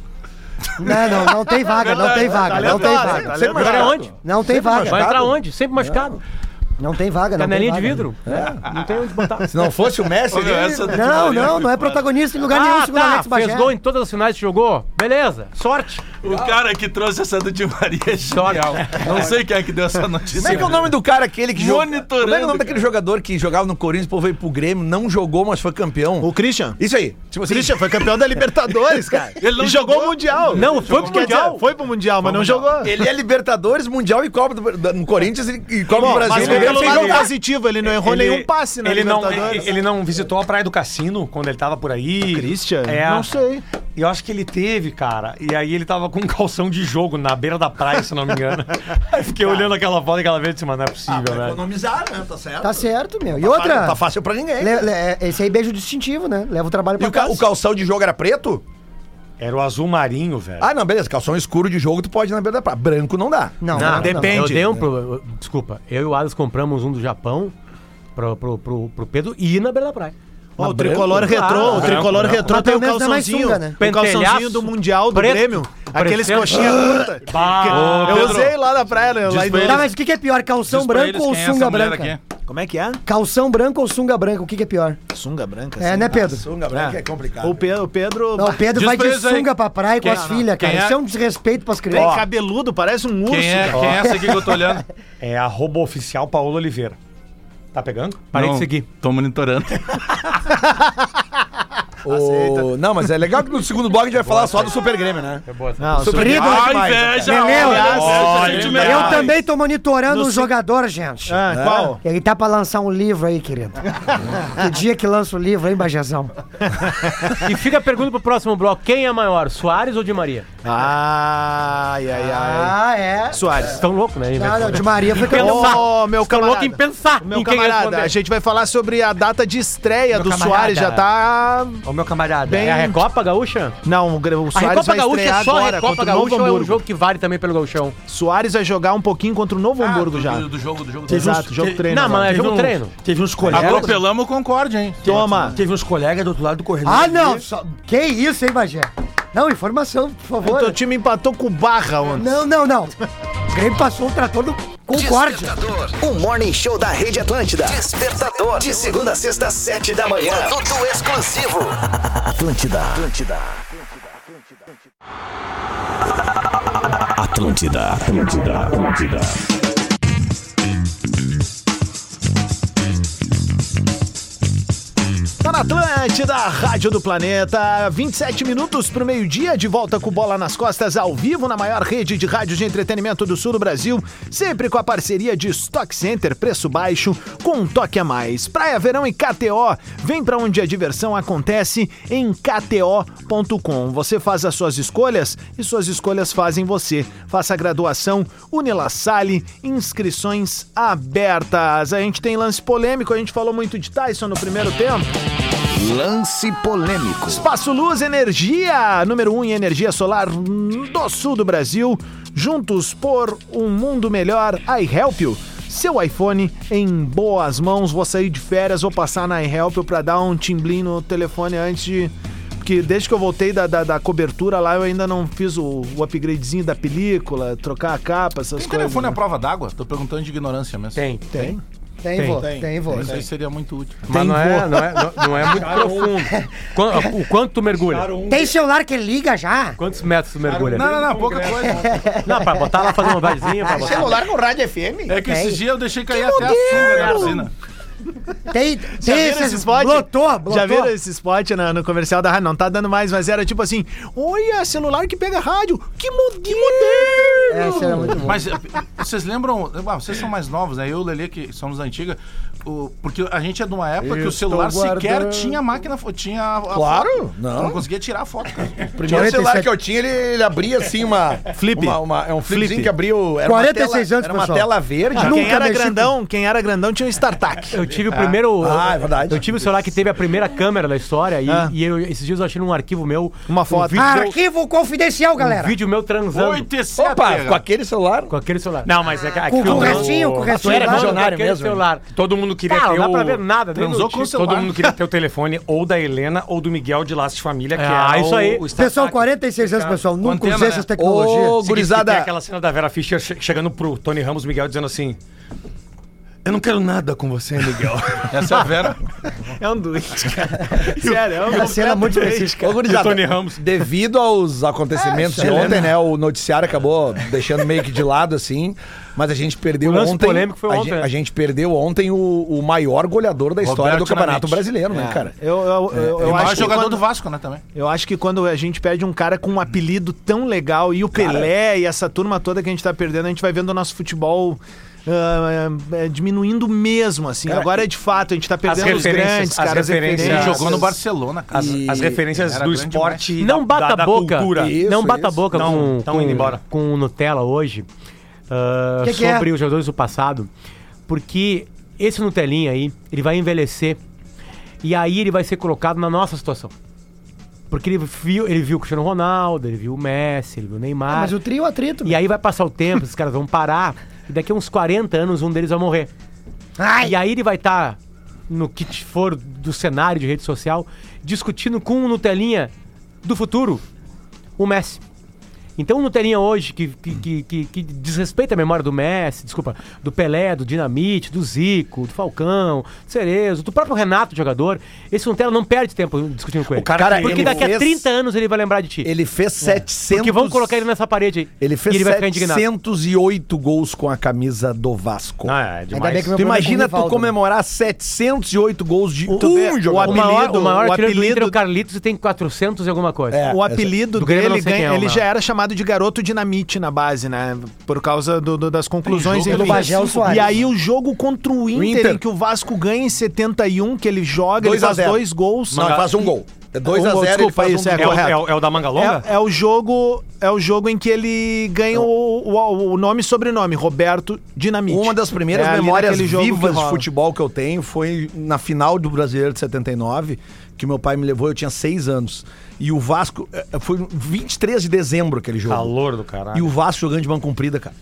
Speaker 7: Não, não, não tem vaga, não tem vaga, não tem
Speaker 4: Tá,
Speaker 7: vaga.
Speaker 4: tá
Speaker 6: Sempre
Speaker 4: lembrado.
Speaker 3: Jogaria onde?
Speaker 7: Não tem
Speaker 3: Vai
Speaker 7: vaga.
Speaker 3: entrar onde? Sempre machucado.
Speaker 7: Não tem vaga, não tem É.
Speaker 3: Canelinha
Speaker 7: vaga.
Speaker 3: de vidro. Não tem onde botar.
Speaker 6: Se não fosse o Messi,
Speaker 2: Olha,
Speaker 6: ele-
Speaker 2: essa do Di
Speaker 7: Não,
Speaker 2: Maria
Speaker 7: não,
Speaker 2: foi
Speaker 7: não é
Speaker 2: foda.
Speaker 7: protagonista em lugar nenhum,
Speaker 3: Ah,
Speaker 7: segundo
Speaker 3: tá.
Speaker 7: Alex
Speaker 3: Fez
Speaker 7: Bagé.
Speaker 3: gol em todas as finais que jogou. Beleza. Sorte.
Speaker 2: O cara que trouxe essa do Di Maria é genial. Não sei quem é que deu essa
Speaker 3: né?
Speaker 2: notícia.
Speaker 6: Como é que é o nome do cara aquele que jogou?
Speaker 2: Monitorando,
Speaker 6: Como é que é o nome daquele jogador que jogava no Corinthians, pô, veio pro Grêmio, não jogou, mas foi campeão?
Speaker 1: O Christian.
Speaker 6: Isso aí. Tipo assim,
Speaker 1: Christian foi campeão [LAUGHS] da Libertadores, cara.
Speaker 2: Ele não
Speaker 1: e jogou o Mundial.
Speaker 3: Não, foi
Speaker 1: Quer
Speaker 3: pro Mundial.
Speaker 1: dizer, foi pro Mundial, mas não jogou.
Speaker 6: ele é Libertadores, Mundial e Copa do, da- no Corinthians e, e Copa do Brasil. Ah,
Speaker 1: mas é
Speaker 6: Ele
Speaker 1: ele
Speaker 6: veio
Speaker 1: pelo
Speaker 6: sem
Speaker 1: lado
Speaker 6: jogar.
Speaker 1: positivo, ele não errou nenhum um passe na
Speaker 5: ele não,
Speaker 1: Libertadores.
Speaker 5: ele não visitou a praia do cassino quando ele tava por aí.
Speaker 1: Christian?
Speaker 5: É.
Speaker 1: Não sei.
Speaker 5: E eu acho que ele teve, cara. E aí ele tava com um calção de jogo na beira da praia, se não
Speaker 1: [LAUGHS]
Speaker 5: me engano. Aí fiquei olhando aquela foto e aquela vez e disse, mas não é
Speaker 1: Ah,
Speaker 5: possível, velho.
Speaker 6: Economizar, né? Tá certo.
Speaker 7: Tá certo, meu. E outra,
Speaker 6: Tá fácil pra ninguém.
Speaker 7: le- le- esse aí é beijo distintivo, né? Leva o trabalho
Speaker 6: E
Speaker 7: pra
Speaker 6: o, ca-
Speaker 7: casa.
Speaker 6: o calção de jogo era preto?
Speaker 5: Era o azul marinho, velho.
Speaker 6: Ah, não, beleza. Calção escuro de jogo, tu pode ir na beira da praia. Branco não dá.
Speaker 7: Não,
Speaker 3: Não,
Speaker 7: não, não.
Speaker 3: depende. Eu dei um pro- eu- Desculpa, eu e o Alex compramos um do Japão pro, pro, pro, pro Pedro e ir na beira da praia.
Speaker 1: Ó, o tricolor retrô, o
Speaker 5: branco,
Speaker 1: tricolor
Speaker 5: branco.
Speaker 1: retrô
Speaker 7: Mas
Speaker 1: tem o
Speaker 7: pelo menos não é mais
Speaker 1: calçãozinho,
Speaker 7: sunga, né?
Speaker 1: o calçãozinho
Speaker 3: Pentelhaço,
Speaker 1: do mundial do
Speaker 3: preto,
Speaker 1: Grêmio, aqueles
Speaker 3: preto.
Speaker 1: coxinha curta.
Speaker 5: Bah,
Speaker 1: Eu
Speaker 2: Pedro,
Speaker 1: usei lá na praia, né? lá
Speaker 2: pra
Speaker 1: em Dubai.
Speaker 7: Tá, mas o que que é pior, calção
Speaker 2: Diz pra
Speaker 7: branco
Speaker 2: eles
Speaker 7: ou
Speaker 2: quem é essa
Speaker 7: sunga
Speaker 2: mulher
Speaker 7: branca?
Speaker 2: aqui.
Speaker 1: Como é que é?
Speaker 7: Calção branco ou sunga branca, o que que é pior?
Speaker 1: Sunga branca.
Speaker 7: É,
Speaker 1: assim.
Speaker 7: né, Pedro?
Speaker 2: Tá
Speaker 6: Sunga branca é, complicado.
Speaker 1: O Pedro, o Pedro
Speaker 7: Não, o Pedro
Speaker 2: Diz
Speaker 7: vai
Speaker 2: pra
Speaker 7: de
Speaker 2: eles aí.
Speaker 7: sunga pra praia com
Speaker 2: Quem-
Speaker 7: as filhas,
Speaker 2: quem
Speaker 7: cara.
Speaker 2: é-
Speaker 7: Isso é um desrespeito pras
Speaker 1: tem
Speaker 7: crianças.
Speaker 1: cabeludo, parece um urso.
Speaker 2: Quem é,
Speaker 1: cara.
Speaker 2: quem é essa aqui que [LAUGHS] eu tô olhando?
Speaker 5: É arroba oficial Paulo Oliveira. Tá pegando?
Speaker 3: Parei
Speaker 2: Não,
Speaker 3: de seguir.
Speaker 2: Tô monitorando.
Speaker 6: O- Não, mas é legal que no segundo bloco a gente vai falar só do Super Grêmio, né?
Speaker 1: Não,
Speaker 6: Super Grêmio é demais, né, cara?
Speaker 7: Beleza. é Eu
Speaker 2: Ah, Olha,
Speaker 7: também tô monitorando o jogador, gente.
Speaker 1: Ah, Qual?
Speaker 7: Ele tá pra lançar um livro
Speaker 2: [LAUGHS]
Speaker 7: aí, querido. que dia que lança o livro, hein, Bajazão?
Speaker 3: E fica a pergunta pro próximo bloco: quem é maior, Soares ou Di Maria?
Speaker 1: Ai, ai, ai.
Speaker 7: é?
Speaker 1: Soares.
Speaker 3: Estão louco, né?
Speaker 7: Não, não, de Maria foi
Speaker 3: Pensa-
Speaker 7: campeão.
Speaker 1: Ô, meu
Speaker 3: Estão
Speaker 1: camarada.
Speaker 3: louco em pensar
Speaker 1: Meu
Speaker 3: em quem é
Speaker 1: camarada,
Speaker 3: responder.
Speaker 1: a gente vai falar sobre a data de estreia do
Speaker 5: camarada.
Speaker 1: Soares. Já tá.
Speaker 5: Ô, meu camarada.
Speaker 1: Bem-
Speaker 3: É a Recopa Gaúcha?
Speaker 1: Não, o Gre- o
Speaker 3: A
Speaker 1: Soares
Speaker 3: Recopa
Speaker 1: vai
Speaker 3: Gaúcha
Speaker 1: estrear
Speaker 3: é só
Speaker 1: agora
Speaker 3: Recopa
Speaker 1: contra o
Speaker 3: Gaúcha
Speaker 1: Novo
Speaker 3: ou é um
Speaker 1: Hamburgo.
Speaker 3: jogo que vale também pelo Gauchão?
Speaker 1: Soares vai jogar um pouquinho contra o
Speaker 2: Ah,
Speaker 1: Novo Hamburgo já.
Speaker 2: Do jogo, do jogo.
Speaker 1: Exato, jogo treino.
Speaker 3: um Não, mas é
Speaker 1: agora.
Speaker 3: jogo treino.
Speaker 5: Teve uns colegas.
Speaker 2: Atropelamos o Concorde, hein?
Speaker 1: Toma.
Speaker 5: Teve uns colegas do outro lado do corredor.
Speaker 7: Ah, não! só- Que isso, hein, Bagé? Não, informação, por
Speaker 1: O um teu
Speaker 7: favor.
Speaker 1: time empatou com o Barra ontem.
Speaker 7: Não, não, não. O Grêmio passou um trator do Concorde.
Speaker 8: Despertador. O Morning Show da Rede Atlântida. Despertador. De segunda a sexta, às sete da manhã. Produto exclusivo. Atlântida. Atlântida. Atlântida. Atlântida. Atlântida.
Speaker 1: Tá na Atlântida, Rádio do Planeta. 27 minutos pro meio-dia, de volta com bola nas costas, ao vivo na maior rede de rádios de entretenimento do sul do Brasil. Sempre com a parceria de Stock Center, preço baixo, com um toque a mais. Praia, verão e KTO. Vem pra onde a diversão acontece em KTO.com. Você faz as suas escolhas e suas escolhas fazem você. Faça a graduação Unila Sale, inscrições abertas. A gente tem lance polêmico, a gente falou muito de Tyson no primeiro tempo.
Speaker 8: Lance polêmico.
Speaker 1: Espaço Luz Energia, número 1 um em energia solar do sul do Brasil. Juntos por um mundo melhor, I Help You. Seu iPhone em boas mãos. Vou sair de férias, vou passar na iHelp You pra dar um timblin no telefone antes de. Porque desde que eu voltei da, da, da cobertura lá, eu ainda não fiz o, o upgradezinho da película, trocar a capa, essas
Speaker 2: Tem
Speaker 1: coisas.
Speaker 2: telefone à
Speaker 1: né?
Speaker 2: prova d'água? Tô perguntando de ignorância mesmo.
Speaker 3: Tem.
Speaker 1: Tem.
Speaker 7: Tem, vô. Tem, vô.
Speaker 2: Isso aí seria muito útil.
Speaker 3: Mas não é, não, é, não, não é muito
Speaker 1: um.
Speaker 3: profundo. Quan- o quanto tu mergulha?
Speaker 7: Tem celular que liga já?
Speaker 3: Quantos metros tu mergulha?
Speaker 2: Não, não, não, pouca coisa.
Speaker 3: Não, Tá, pra botar lá, fazer uma vadezinha, pra botar.
Speaker 1: Celular com rádio FM?
Speaker 2: É que esse dia eu deixei cair até a sunga da piscina.
Speaker 7: Tem,
Speaker 1: Já
Speaker 7: tem
Speaker 1: viram esse
Speaker 7: esses...
Speaker 1: spot?
Speaker 7: Blotou, blotou.
Speaker 1: Já viram esse spot na- no comercial da rádio? Não tá dando mais, mas era tipo assim: olha, celular que pega rádio. Que, mo que
Speaker 7: É,
Speaker 1: moderno!
Speaker 7: isso era muito bom.
Speaker 2: Mas eh, vocês lembram? ah, vocês são mais novos, né? Eu, o Lelê, que somos da antiga. o- porque a gente é de uma época que o celular sequer tinha máquina, fo- tinha a, a
Speaker 6: Claro,
Speaker 2: foto.
Speaker 6: não.
Speaker 2: não conseguia tirar a foto. cara.
Speaker 6: O primeiro celular que eu tinha, ele, ele abria assim uma.
Speaker 1: Flip.
Speaker 6: Uma, uma- é um flipzinho
Speaker 1: Flip.
Speaker 6: que abriu. Era
Speaker 7: 46
Speaker 6: uma tela,
Speaker 7: anos,
Speaker 6: Era uma
Speaker 7: pessoal.
Speaker 6: tela verde.
Speaker 7: Ah,
Speaker 1: Quem
Speaker 7: Nunca
Speaker 1: era
Speaker 7: mexi com-
Speaker 1: grandão, quem era grandão tinha um StarTAC.
Speaker 3: Eu tive o primeiro.
Speaker 6: Ah, é verdade.
Speaker 3: Eu tive o celular que teve a primeira câmera da história e,
Speaker 1: Ah.
Speaker 3: e eu- esses dias eu achei num arquivo meu.
Speaker 1: Uma foto. Ah,
Speaker 3: Um vídeo, meu,
Speaker 7: Arquivo confidencial,
Speaker 3: um
Speaker 7: galera.
Speaker 3: vídeo meu transando
Speaker 2: Oito e sete,
Speaker 6: Opa,
Speaker 2: cara.
Speaker 6: com aquele celular.
Speaker 3: com aquele celular. Não, mas é que
Speaker 7: Com, com o restinho, com o
Speaker 6: tu
Speaker 7: restinho.
Speaker 6: era
Speaker 7: lá.
Speaker 6: visionário. mesmo,
Speaker 3: celular.
Speaker 5: Todo mundo queria
Speaker 3: Cara,
Speaker 5: ter
Speaker 3: não dá
Speaker 5: o...
Speaker 3: pra ver nada, nem
Speaker 2: Transou
Speaker 3: no
Speaker 2: com
Speaker 3: Tinder.
Speaker 2: o celular.
Speaker 5: Todo mundo queria ter o telefone ou da Helena ou do Miguel de Laço de Família, que
Speaker 3: Ah,
Speaker 5: era
Speaker 3: isso aí.
Speaker 5: O, o Star
Speaker 7: Pessoal,
Speaker 5: Trek.
Speaker 7: 46 anos, pessoal. Nunca
Speaker 2: Antena,
Speaker 7: usei
Speaker 2: né?
Speaker 7: essas
Speaker 6: Ô,
Speaker 7: tecnologias.
Speaker 6: gurizada.
Speaker 5: Tem aquela cena da Vera Fischer che- chegando pro Tony Ramos Miguel dizendo assim: Eu não quero nada com você, Miguel.
Speaker 2: Essa é a Vera.
Speaker 1: É um doente, cara. Sério, é um
Speaker 6: Tá
Speaker 7: Uma cena muito específica.
Speaker 6: Ô, gurizada,
Speaker 5: E o Tony Ramos.
Speaker 6: Devido
Speaker 3: É,
Speaker 6: aos acontecimentos de ontem, né? O noticiário acabou deixando meio que de lado, assim. Mas a gente perdeu
Speaker 3: O lance
Speaker 6: ontem.
Speaker 3: polêmico foi
Speaker 6: a
Speaker 3: ontem,
Speaker 6: gente- A,
Speaker 3: né?
Speaker 6: gente perdeu ontem o, o maior goleador da história do
Speaker 2: Roberto
Speaker 6: Campeonato
Speaker 2: Dinamite.
Speaker 6: Brasileiro,
Speaker 3: É.
Speaker 6: né, cara?
Speaker 1: Eu, eu, eu, eu
Speaker 2: o maior
Speaker 1: acho que
Speaker 2: jogador
Speaker 1: quando,
Speaker 2: do Vasco, né, também.
Speaker 1: eu acho que quando a gente perde um cara com um apelido tão legal e o Pelé e essa turma toda que a gente tá perdendo, a gente vai vendo o nosso futebol ah, é, é, diminuindo mesmo, assim. Agora é de fato, a gente tá perdendo os
Speaker 5: referências,
Speaker 1: grandes,
Speaker 5: as
Speaker 1: cara. as
Speaker 5: referências.
Speaker 2: Ele
Speaker 5: Graças.
Speaker 2: jogou no Barcelona, cara.
Speaker 5: As, as referências
Speaker 2: Era
Speaker 5: do
Speaker 2: grande
Speaker 5: esporte. e
Speaker 3: Não
Speaker 5: da-
Speaker 3: bata a
Speaker 5: da
Speaker 3: boca.
Speaker 5: cultura.
Speaker 6: E- Isso,
Speaker 3: não bata a
Speaker 6: isso.
Speaker 3: boca
Speaker 5: Não,
Speaker 3: com,
Speaker 5: tão
Speaker 3: com,
Speaker 5: indo embora.
Speaker 3: com o Nutella hoje ah,
Speaker 7: Que que é?
Speaker 3: sobre os jogadores do passado. Porque esse Nutelinha aí, ele vai envelhecer e aí ele vai ser colocado na nossa situação. Porque ele viu, ele viu o Cristiano Ronaldo, ele viu o Messi, ele viu o Neymar.
Speaker 7: Ah, Mas o trio é atrito.
Speaker 3: E aí vai passar o tempo, esses caras vão parar, e daqui a uns 40 anos um deles vai morrer. E aí ele vai estar, no que te for do cenário de rede social, discutindo com o Nutelinha do futuro, o Messi. Então o Nutelinha hoje, que, que, que, que- que desrespeita a memória do Messi, desculpa, do Pelé, do Dinamite, do Zico, do Falcão, do Cerezo, do próprio Renato, jogador, esse Nutella não perde tempo discutindo com ele.
Speaker 5: cara que
Speaker 3: É. porque
Speaker 6: ele
Speaker 3: daqui
Speaker 6: fez-
Speaker 3: a 30 anos ele vai lembrar de ti.
Speaker 6: Ele fez 700.
Speaker 3: Porque vão colocar ele nessa parede aí.
Speaker 6: Ele fez
Speaker 3: e ele vai ficar indignado.
Speaker 6: 708 gols com a camisa do Vasco.
Speaker 5: Ah, é
Speaker 7: Ainda
Speaker 5: demais.
Speaker 7: bem que
Speaker 6: Tu
Speaker 7: meu problema é com
Speaker 6: imagina
Speaker 7: o
Speaker 6: tu
Speaker 3: né?
Speaker 7: Rivaldo.
Speaker 6: comemorar 708 gols
Speaker 3: Uh,
Speaker 6: de
Speaker 1: Tu vê,
Speaker 6: um jogador.
Speaker 3: O maior, o maior
Speaker 1: o
Speaker 3: artilheiro do Inter é
Speaker 1: apelido
Speaker 3: o Carlitos e tem 400 e alguma coisa.
Speaker 6: É.
Speaker 1: O apelido
Speaker 3: Do Grêmio eu
Speaker 1: dele,
Speaker 3: não sei quem é,
Speaker 1: ganha- ele
Speaker 3: não.
Speaker 1: já era chamado de garoto dinamite na base, né? Por causa do- do- das conclusões.
Speaker 2: jogo
Speaker 1: enfim.
Speaker 2: do Bagé,
Speaker 7: o Suárez.
Speaker 1: E aí o jogo contra o Inter,
Speaker 6: Inter.
Speaker 1: em que o Vasco ganha em 71, que ele joga,
Speaker 6: Dois
Speaker 1: ele
Speaker 6: a
Speaker 1: faz
Speaker 6: zero.
Speaker 1: dois gols.
Speaker 6: Não, ele faz um gol. É 2
Speaker 1: Um
Speaker 6: a
Speaker 1: gol,
Speaker 6: 0 ele
Speaker 1: desculpa,
Speaker 6: faz um
Speaker 1: isso é
Speaker 6: gol.
Speaker 5: É o,
Speaker 1: correto.
Speaker 5: é o- é o da Mangalonga?
Speaker 1: É, é o jogo, é o jogo em que ele ganha o, o- o nome e sobrenome, Roberto Dinamite.
Speaker 6: Uma das primeiras
Speaker 1: É ali
Speaker 6: memórias
Speaker 1: naquele jogo
Speaker 6: vivas
Speaker 1: que
Speaker 6: de
Speaker 1: rola.
Speaker 6: futebol que eu tenho foi na final do Brasileiro de 79, que meu pai me levou, eu tinha seis anos. E o Vasco. eh, Foi 23 de dezembro aquele jogo.
Speaker 5: Calor do
Speaker 6: E
Speaker 5: caralho.
Speaker 6: o Vasco jogando de mão comprida, cara.